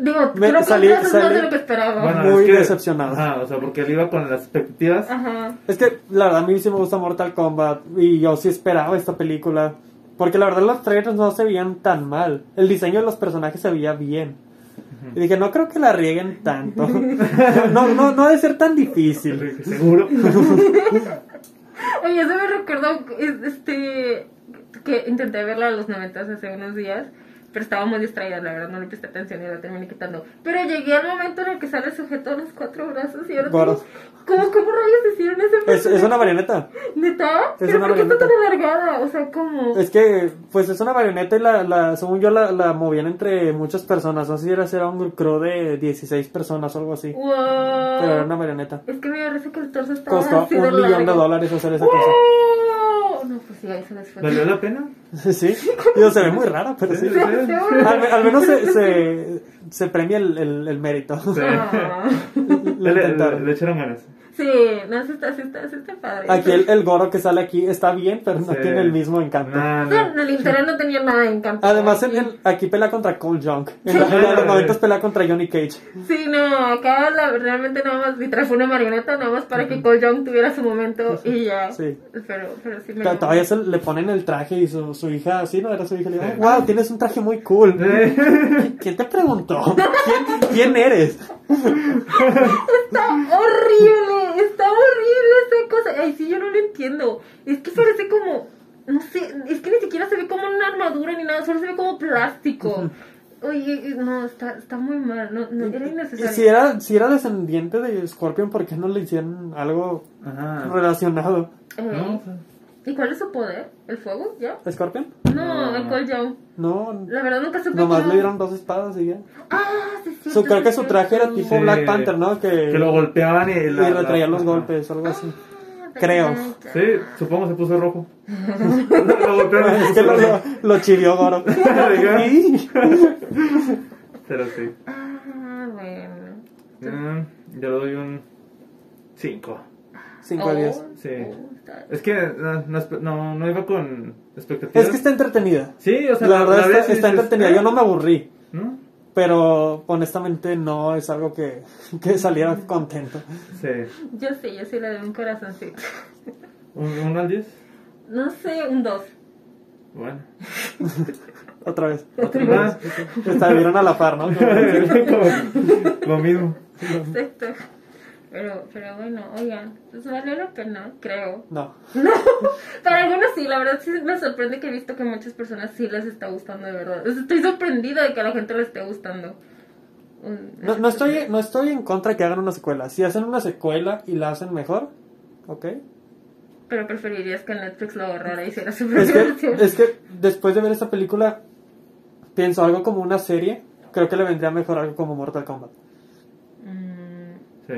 [SPEAKER 1] Digo,
[SPEAKER 2] Me-
[SPEAKER 1] creo que salí,
[SPEAKER 2] salí-
[SPEAKER 1] es más
[SPEAKER 2] salí-
[SPEAKER 1] de lo que esperaba.
[SPEAKER 3] Bueno,
[SPEAKER 2] Muy
[SPEAKER 3] es que-
[SPEAKER 2] decepcionado.
[SPEAKER 3] Ajá, o sea, porque él iba con las expectativas.
[SPEAKER 1] Ajá.
[SPEAKER 2] Es que la verdad a mí sí me gusta Mortal Kombat y yo sí esperaba esta película. Porque la verdad los trailers no se veían tan mal. El diseño de los personajes se veía bien. Y dije, no creo que la rieguen tanto. [laughs] No, no, no ha de ser tan difícil.
[SPEAKER 3] Seguro.
[SPEAKER 1] [laughs] Oye, eso me recuerda es- este que intenté verla a los noventas hace unos días, pero estaba muy distraída, la verdad, no le presté atención y la terminé quitando. Pero llegué al momento en el que sale sujeto a los cuatro brazos y ahora
[SPEAKER 2] Gordos.
[SPEAKER 1] ¿Cómo, ¿Cómo rayos hicieron ese
[SPEAKER 2] Es,
[SPEAKER 1] personaje?
[SPEAKER 2] es una marioneta.
[SPEAKER 1] ¿Neta?
[SPEAKER 2] una
[SPEAKER 1] ¿Pero por qué está
[SPEAKER 2] marioneta.
[SPEAKER 1] tan alargada? O sea, como...
[SPEAKER 2] Es que, pues es una marioneta y la, la según yo, la, la movían entre muchas personas. No sé si era, si era un crew de 16 personas o algo así. Pero era
[SPEAKER 1] ¡Wow!
[SPEAKER 2] una marioneta.
[SPEAKER 1] Es que me parece que el torso estaba
[SPEAKER 2] Costó
[SPEAKER 1] así de
[SPEAKER 2] un millón de
[SPEAKER 1] largo.
[SPEAKER 2] dólares hacer esa cosa. [laughs]
[SPEAKER 1] ¡Wow! No, pues sí, ahí se les fue.
[SPEAKER 3] ¿Valió la pena?
[SPEAKER 2] Sí, digo, se ve muy rara, pero sí. Al, al menos se, se, se premia el, el- el mérito. [laughs]
[SPEAKER 3] Sí.
[SPEAKER 1] Ah.
[SPEAKER 2] Lo
[SPEAKER 3] Le, le-
[SPEAKER 2] intentaron.
[SPEAKER 3] le echaron ganas.
[SPEAKER 1] Sí, no, sí está, sí está, sí está padre.
[SPEAKER 2] Aquí el, el goro que sale aquí está bien, pero no
[SPEAKER 3] Sí. Ah.
[SPEAKER 2] tiene el mismo encanto.
[SPEAKER 3] No, no.
[SPEAKER 1] No, el interés no tenía nada de encanto.
[SPEAKER 2] Además, en,
[SPEAKER 1] sí.
[SPEAKER 2] en- aquí pelea contra Cole Junk. En la, en la de los 90 pelea contra Johnny Cage.
[SPEAKER 1] Sí, no, acá la- realmente nada más literal fue una marioneta, nada más para que Cole Young tuviera su momento y ya.
[SPEAKER 2] Sí.
[SPEAKER 1] Pero, pero sí me.
[SPEAKER 2] Ta- Todavía se le ponen el traje y su, su hija, sí, no era su hija, le dijo, wow, tienes un traje muy cool. [laughs] ¿Quién te preguntó? ¿Quién, quién eres?
[SPEAKER 1] Está horrible, está horrible esta cosa. Ay, sí, yo no lo entiendo. Es que parece como. No sé, es que ni siquiera se ve como una armadura ni nada, solo se ve como plástico. Oye, no, está, está muy mal. No, no, era
[SPEAKER 2] Y eh,
[SPEAKER 1] innecesario.
[SPEAKER 2] si era, si era descendiente de Scorpion, ¿por qué no le hicieron algo
[SPEAKER 3] Ajá.
[SPEAKER 2] relacionado?
[SPEAKER 1] Eh,
[SPEAKER 3] No, o sea,
[SPEAKER 1] ¿Y cuál es su poder? ¿El fuego? ¿Ya?
[SPEAKER 2] ¿Scorpion?
[SPEAKER 1] No,
[SPEAKER 3] No.
[SPEAKER 1] el Cole Young.
[SPEAKER 2] No,
[SPEAKER 1] La verdad nunca supe
[SPEAKER 2] nomás
[SPEAKER 1] cómo-
[SPEAKER 2] le dieron dos espadas y ya.
[SPEAKER 1] Ah, sí, sí.
[SPEAKER 2] Su, creo que su traje era tipo
[SPEAKER 3] Sí.
[SPEAKER 2] Black Panther, ¿no? Que,
[SPEAKER 3] que lo golpeaban y,
[SPEAKER 2] y
[SPEAKER 3] la- la-
[SPEAKER 2] retraía los
[SPEAKER 3] ajá.
[SPEAKER 2] golpes, algo así.
[SPEAKER 1] Ah,
[SPEAKER 2] creo.
[SPEAKER 3] Sí, supongo se puso
[SPEAKER 1] [laughs]
[SPEAKER 3] rojo. lo golpearon. y
[SPEAKER 2] [laughs]
[SPEAKER 3] se
[SPEAKER 2] Es que
[SPEAKER 3] puso
[SPEAKER 2] lo, lo,
[SPEAKER 3] rojo.
[SPEAKER 2] lo chivió
[SPEAKER 3] [laughs]
[SPEAKER 2] Goro.
[SPEAKER 3] Diga.
[SPEAKER 2] Sí.
[SPEAKER 3] Pero sí.
[SPEAKER 1] Ah, bueno.
[SPEAKER 3] Mm, yo le doy un 5.
[SPEAKER 2] 5 a 10.
[SPEAKER 1] Oh,
[SPEAKER 3] Sí.
[SPEAKER 1] oh, está-
[SPEAKER 3] Es que no, no, espe- no, no iba con expectativas.
[SPEAKER 2] Es que está entretenida.
[SPEAKER 3] Sí, o sea,
[SPEAKER 2] La verdad
[SPEAKER 3] ves
[SPEAKER 2] está,
[SPEAKER 3] y
[SPEAKER 2] está
[SPEAKER 3] dices, ¿eh?
[SPEAKER 2] entretenida. Yo no me aburrí.
[SPEAKER 3] ¿No?
[SPEAKER 2] Pero honestamente no es algo que, [laughs] que saliera contento.
[SPEAKER 3] Sí.
[SPEAKER 1] Yo sí, yo sí le doy un corazoncito.
[SPEAKER 3] ¿Un, ¿Uno al 10?
[SPEAKER 1] No sé, un 2.
[SPEAKER 3] Bueno.
[SPEAKER 2] Otra vez.
[SPEAKER 3] Otro más.
[SPEAKER 2] Estuvieron a la par, ¿no?
[SPEAKER 1] [laughs]
[SPEAKER 3] Ah, [laughs] Como- Lo mismo.
[SPEAKER 1] Exacto. Pero, pero bueno, oigan, pues vale la pena, creo. [laughs]
[SPEAKER 2] No.
[SPEAKER 1] Para algunos sí, la verdad sí me sorprende que he visto que muchas personas sí les está gustando de verdad. O sea, Estoy sorprendida de que a la gente le esté gustando. Mm,
[SPEAKER 2] No, no estoy, no estoy en contra que hagan una secuela. Si hacen una secuela y la hacen mejor, ok.
[SPEAKER 1] Pero preferirías que Netflix lo borrara y hiciera su
[SPEAKER 2] Es
[SPEAKER 1] [laughs] propia
[SPEAKER 2] que,
[SPEAKER 1] versión.
[SPEAKER 2] es que después de ver esta película, pienso algo como una serie. Creo que le vendría mejor algo como Mortal Kombat.
[SPEAKER 1] Mm,
[SPEAKER 3] Sí.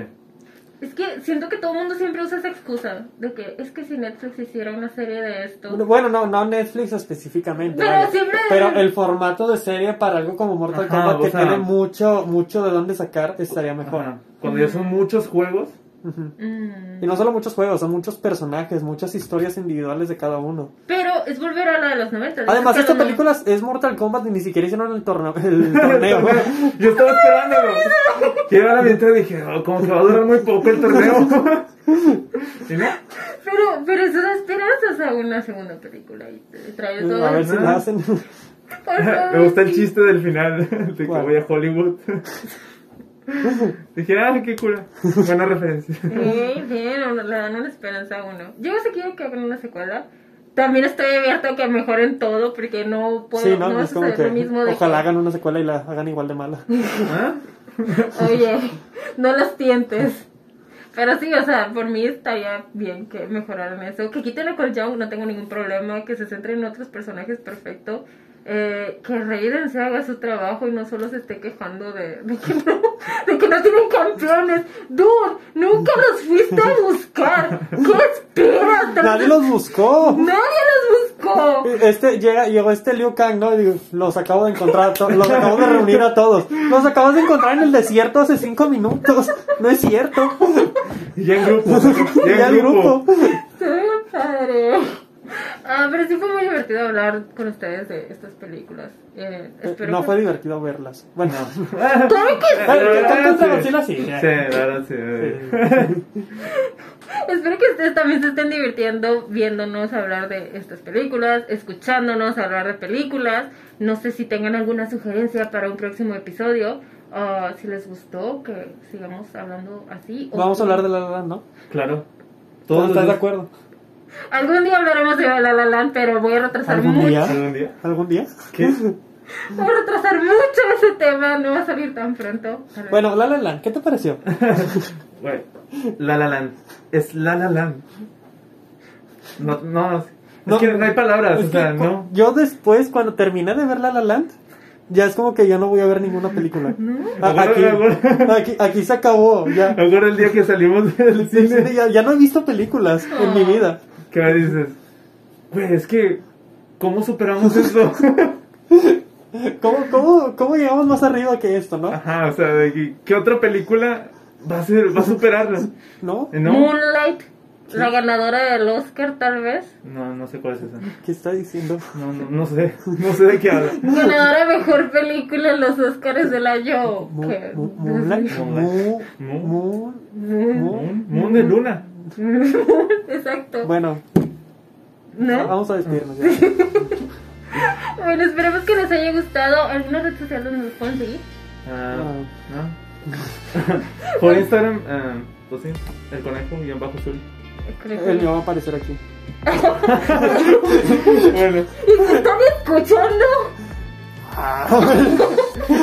[SPEAKER 1] es que siento que todo el mundo siempre usa esa excusa de que es que si Netflix hiciera una serie de esto.
[SPEAKER 2] Bueno, no, no Netflix específicamente.
[SPEAKER 1] Pero
[SPEAKER 2] vaya.
[SPEAKER 1] siempre-
[SPEAKER 2] Pero el formato de serie para algo como Mortal
[SPEAKER 3] Ajá,
[SPEAKER 2] Kombat,
[SPEAKER 3] o
[SPEAKER 2] que
[SPEAKER 3] sea-
[SPEAKER 2] tiene mucho, mucho de dónde sacar, estaría mejor.
[SPEAKER 3] Ajá. Cuando ya son muchos juegos.
[SPEAKER 2] Ujú.
[SPEAKER 1] Mm.
[SPEAKER 2] Y no solo muchos juegos, son muchos personajes, muchas historias individuales de cada uno.
[SPEAKER 1] Pero es volver a la de los 90. dices
[SPEAKER 2] Además,
[SPEAKER 1] que
[SPEAKER 2] esta
[SPEAKER 1] los-
[SPEAKER 2] película es Mortal Kombat y ni siquiera hicieron
[SPEAKER 1] [laughs]
[SPEAKER 2] el, torneo el torneo.
[SPEAKER 3] Yo estaba esperándolo. Llegué a la mitad y dije, "Oh, como que va a durar muy poco el torneo. [laughs] ¿Y no? [laughs]
[SPEAKER 1] Pero, pero eso da esperanzas a una segunda película y te trae todo.
[SPEAKER 2] a ver [laughs] si la hacen.
[SPEAKER 1] Por favor.
[SPEAKER 3] Me gusta el chiste del final, de que
[SPEAKER 2] ¿Cuál?
[SPEAKER 3] voy a Hollywood. [laughs] Dije, ah, qué cura. Buena referencia.
[SPEAKER 2] [laughs]
[SPEAKER 1] Bien, bien, le dan una esperanza a uno. Yo sí quiero que hagan una secuela. También estoy abierto a que mejoren todo porque no puedo.
[SPEAKER 2] [laughs] sí, no,
[SPEAKER 1] no va a
[SPEAKER 2] es como
[SPEAKER 1] suceder
[SPEAKER 2] que
[SPEAKER 1] lo mismo de
[SPEAKER 2] ojalá
[SPEAKER 1] que-
[SPEAKER 2] hagan una secuela y la hagan igual
[SPEAKER 1] [laughs]
[SPEAKER 2] de mala.
[SPEAKER 3] ¿Ah?
[SPEAKER 1] Oye, no las tientes. Pero sí, o sea, por mí estaría bien que mejoraran eso. Que quiten a Cole Young, no tengo ningún problema. Que se centren en otros personajes, perfecto. Eh, que Raiden se haga su trabajo y no solo se esté quejando de, de que, no, de que no tienen campeones. Dude, nunca los fuiste a buscar. ¿Qué esperas?
[SPEAKER 2] Nadie los buscó.
[SPEAKER 1] Nadie los buscó.
[SPEAKER 2] Este llega, llegó este Liu Kang, ¿no? Y digo, los acabo de encontrar, a to- los acabo de reunir a todos. Los acabas de encontrar en el desierto hace cinco minutos. No es [laughs] cierto.
[SPEAKER 3] Y Ya en grupo. Ya
[SPEAKER 2] [laughs]
[SPEAKER 3] en
[SPEAKER 2] Ya el
[SPEAKER 3] grupo.
[SPEAKER 2] grupo.
[SPEAKER 1] Se ve bien padre. Ah, pero sí fue muy divertido hablar con ustedes de estas películas. Eh, espero
[SPEAKER 2] No
[SPEAKER 1] que-
[SPEAKER 2] fue divertido verlas. Bueno,
[SPEAKER 1] Claro que sí.
[SPEAKER 2] Ay, ¿qué tal contra
[SPEAKER 3] Eh, Sí.
[SPEAKER 2] Godzilla? Sí.
[SPEAKER 3] Sí, la verdad, sí. eh.
[SPEAKER 1] Espero que ustedes también se estén divirtiendo viéndonos hablar de estas películas, escuchándonos hablar de películas. No sé si tengan alguna sugerencia para un próximo episodio. Ah, si les gustó, que sigamos hablando así. o-
[SPEAKER 2] vamos a hablar de la la, Land, ¿no?
[SPEAKER 3] Claro.
[SPEAKER 2] ¿Todos
[SPEAKER 3] los
[SPEAKER 2] estás de
[SPEAKER 3] días.
[SPEAKER 2] acuerdo?
[SPEAKER 1] Algún día hablaremos de La La Land, pero voy a retrasar
[SPEAKER 2] ¿Algún
[SPEAKER 1] mucho.
[SPEAKER 2] día?
[SPEAKER 3] ¿Algún día?
[SPEAKER 2] ¿Algún día?
[SPEAKER 3] ¿Qué?
[SPEAKER 1] Voy a retrasar mucho ese tema. No va a salir tan pronto. Tal vez.
[SPEAKER 2] Bueno, La La Land, ¿qué te pareció?
[SPEAKER 3] Güey, La La Land. Es La La Land. No, no, es
[SPEAKER 2] No,
[SPEAKER 3] que no hay palabras,
[SPEAKER 2] Es
[SPEAKER 3] o
[SPEAKER 2] que
[SPEAKER 3] sea,
[SPEAKER 2] cu-
[SPEAKER 3] no.
[SPEAKER 2] Yo después, cuando terminé de ver La La Land, ya es como que ya no voy a ver ninguna película. A-
[SPEAKER 3] Ahora-
[SPEAKER 2] aquí,
[SPEAKER 3] ahora-
[SPEAKER 2] aquí, aquí se acabó,
[SPEAKER 3] [laughs]
[SPEAKER 2] ya.
[SPEAKER 3] Me acuerdo el día que salimos [laughs] del
[SPEAKER 2] Sí,
[SPEAKER 3] cine.
[SPEAKER 2] sí, ya, ya no he visto películas en mi vida.
[SPEAKER 3] ¿Qué me dices? Güey, es que, ¿cómo superamos esto?
[SPEAKER 2] ¿Cómo, cómo, cómo llegamos más arriba que esto, no?
[SPEAKER 3] Ajá, o sea, de que, ¿qué otra película va a, ser, va a superarla?
[SPEAKER 2] ¿No?
[SPEAKER 3] Eh, No,
[SPEAKER 1] Moonlight, la ganadora del Oscar, tal vez.
[SPEAKER 3] no, no sé cuál es esa.
[SPEAKER 2] ¿Qué está diciendo?
[SPEAKER 3] No, no, no sé, [laughs] no sé de qué habla.
[SPEAKER 1] Ganadora de mejor película en los Oscars del año.
[SPEAKER 2] Mu-
[SPEAKER 1] que-
[SPEAKER 2] mu- Moonlight. Mu-
[SPEAKER 3] Mu-
[SPEAKER 2] mu-
[SPEAKER 1] Moon-
[SPEAKER 2] mu-
[SPEAKER 3] Moon, Moon de Luna.
[SPEAKER 1] Exacto.
[SPEAKER 2] Bueno,
[SPEAKER 1] ¿No?
[SPEAKER 2] vamos a despedirnos ya. ah.
[SPEAKER 1] Bueno, esperemos que les haya gustado. ¿Alguna red social donde nos pueden seguir?
[SPEAKER 3] Ah, no. [laughs] Por Instagram, ah, pues sí, el conejo guión bajo azul. [laughs]
[SPEAKER 1] [laughs]
[SPEAKER 2] El mío va a aparecer aquí.
[SPEAKER 3] Bueno,
[SPEAKER 1] ¿Y si están escuchando?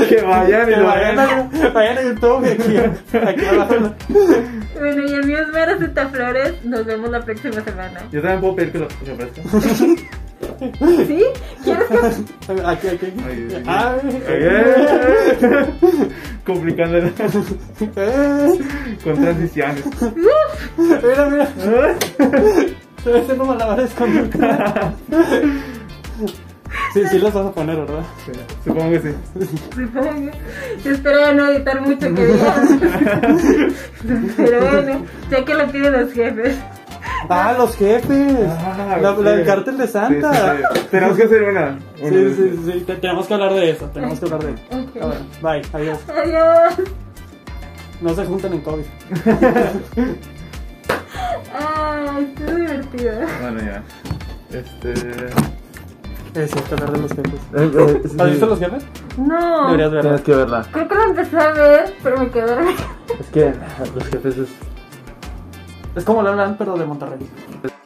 [SPEAKER 3] que vayan y
[SPEAKER 2] Que
[SPEAKER 3] lo
[SPEAKER 2] vayan
[SPEAKER 3] vean.
[SPEAKER 2] a, vayan a YouTube y aquí, aquí abajo.
[SPEAKER 1] Bueno, y el mío es Vera Zeta Flores. Nos vemos la próxima semana.
[SPEAKER 3] Yo también puedo pedir que lo que se ofrezca. [laughs]
[SPEAKER 1] ¿Sí? ¿Quieres que
[SPEAKER 2] Aquí, aquí.
[SPEAKER 3] Ay, Dios mío.
[SPEAKER 2] Ay.
[SPEAKER 3] Eh, Complicando la-
[SPEAKER 2] Eh,
[SPEAKER 3] [laughs] con transiciones. [laughs]
[SPEAKER 2] Mira, mira. Estoy haciendo malabares con Sí, sí los vas a poner, ¿verdad?
[SPEAKER 3] Supongo que sí.
[SPEAKER 1] Supongo. Yo espero no editar mucho que
[SPEAKER 2] [laughs]
[SPEAKER 1] digan. Pero bueno, sé que lo piden los jefes.
[SPEAKER 2] Ah, los jefes.
[SPEAKER 3] Ah,
[SPEAKER 2] la, la del
[SPEAKER 3] sí.
[SPEAKER 2] cártel de Santa.
[SPEAKER 3] Sí, sí, sí. Tenemos que hacer una. una
[SPEAKER 2] Sí,
[SPEAKER 3] de
[SPEAKER 2] sí,
[SPEAKER 3] esas.
[SPEAKER 2] sí, te- tenemos que hablar de eso, tenemos que hablar de eso.
[SPEAKER 1] Ok.
[SPEAKER 2] Ah, bueno, bye, adiós.
[SPEAKER 1] Adiós.
[SPEAKER 2] No se juntan en COVID.
[SPEAKER 1] Ay, qué divertido.
[SPEAKER 3] Bueno, ya. Este.
[SPEAKER 2] Es cierto, hablar de los jefes.
[SPEAKER 3] ¿Has
[SPEAKER 2] ¿Has visto los jefes?
[SPEAKER 1] No.
[SPEAKER 2] Deberías verlos.
[SPEAKER 3] que verla.
[SPEAKER 1] Creo que lo empecé a ver, pero me quedé dormida.
[SPEAKER 3] Es que los jefes es.
[SPEAKER 2] Es como la hablan, pero de Monterrey.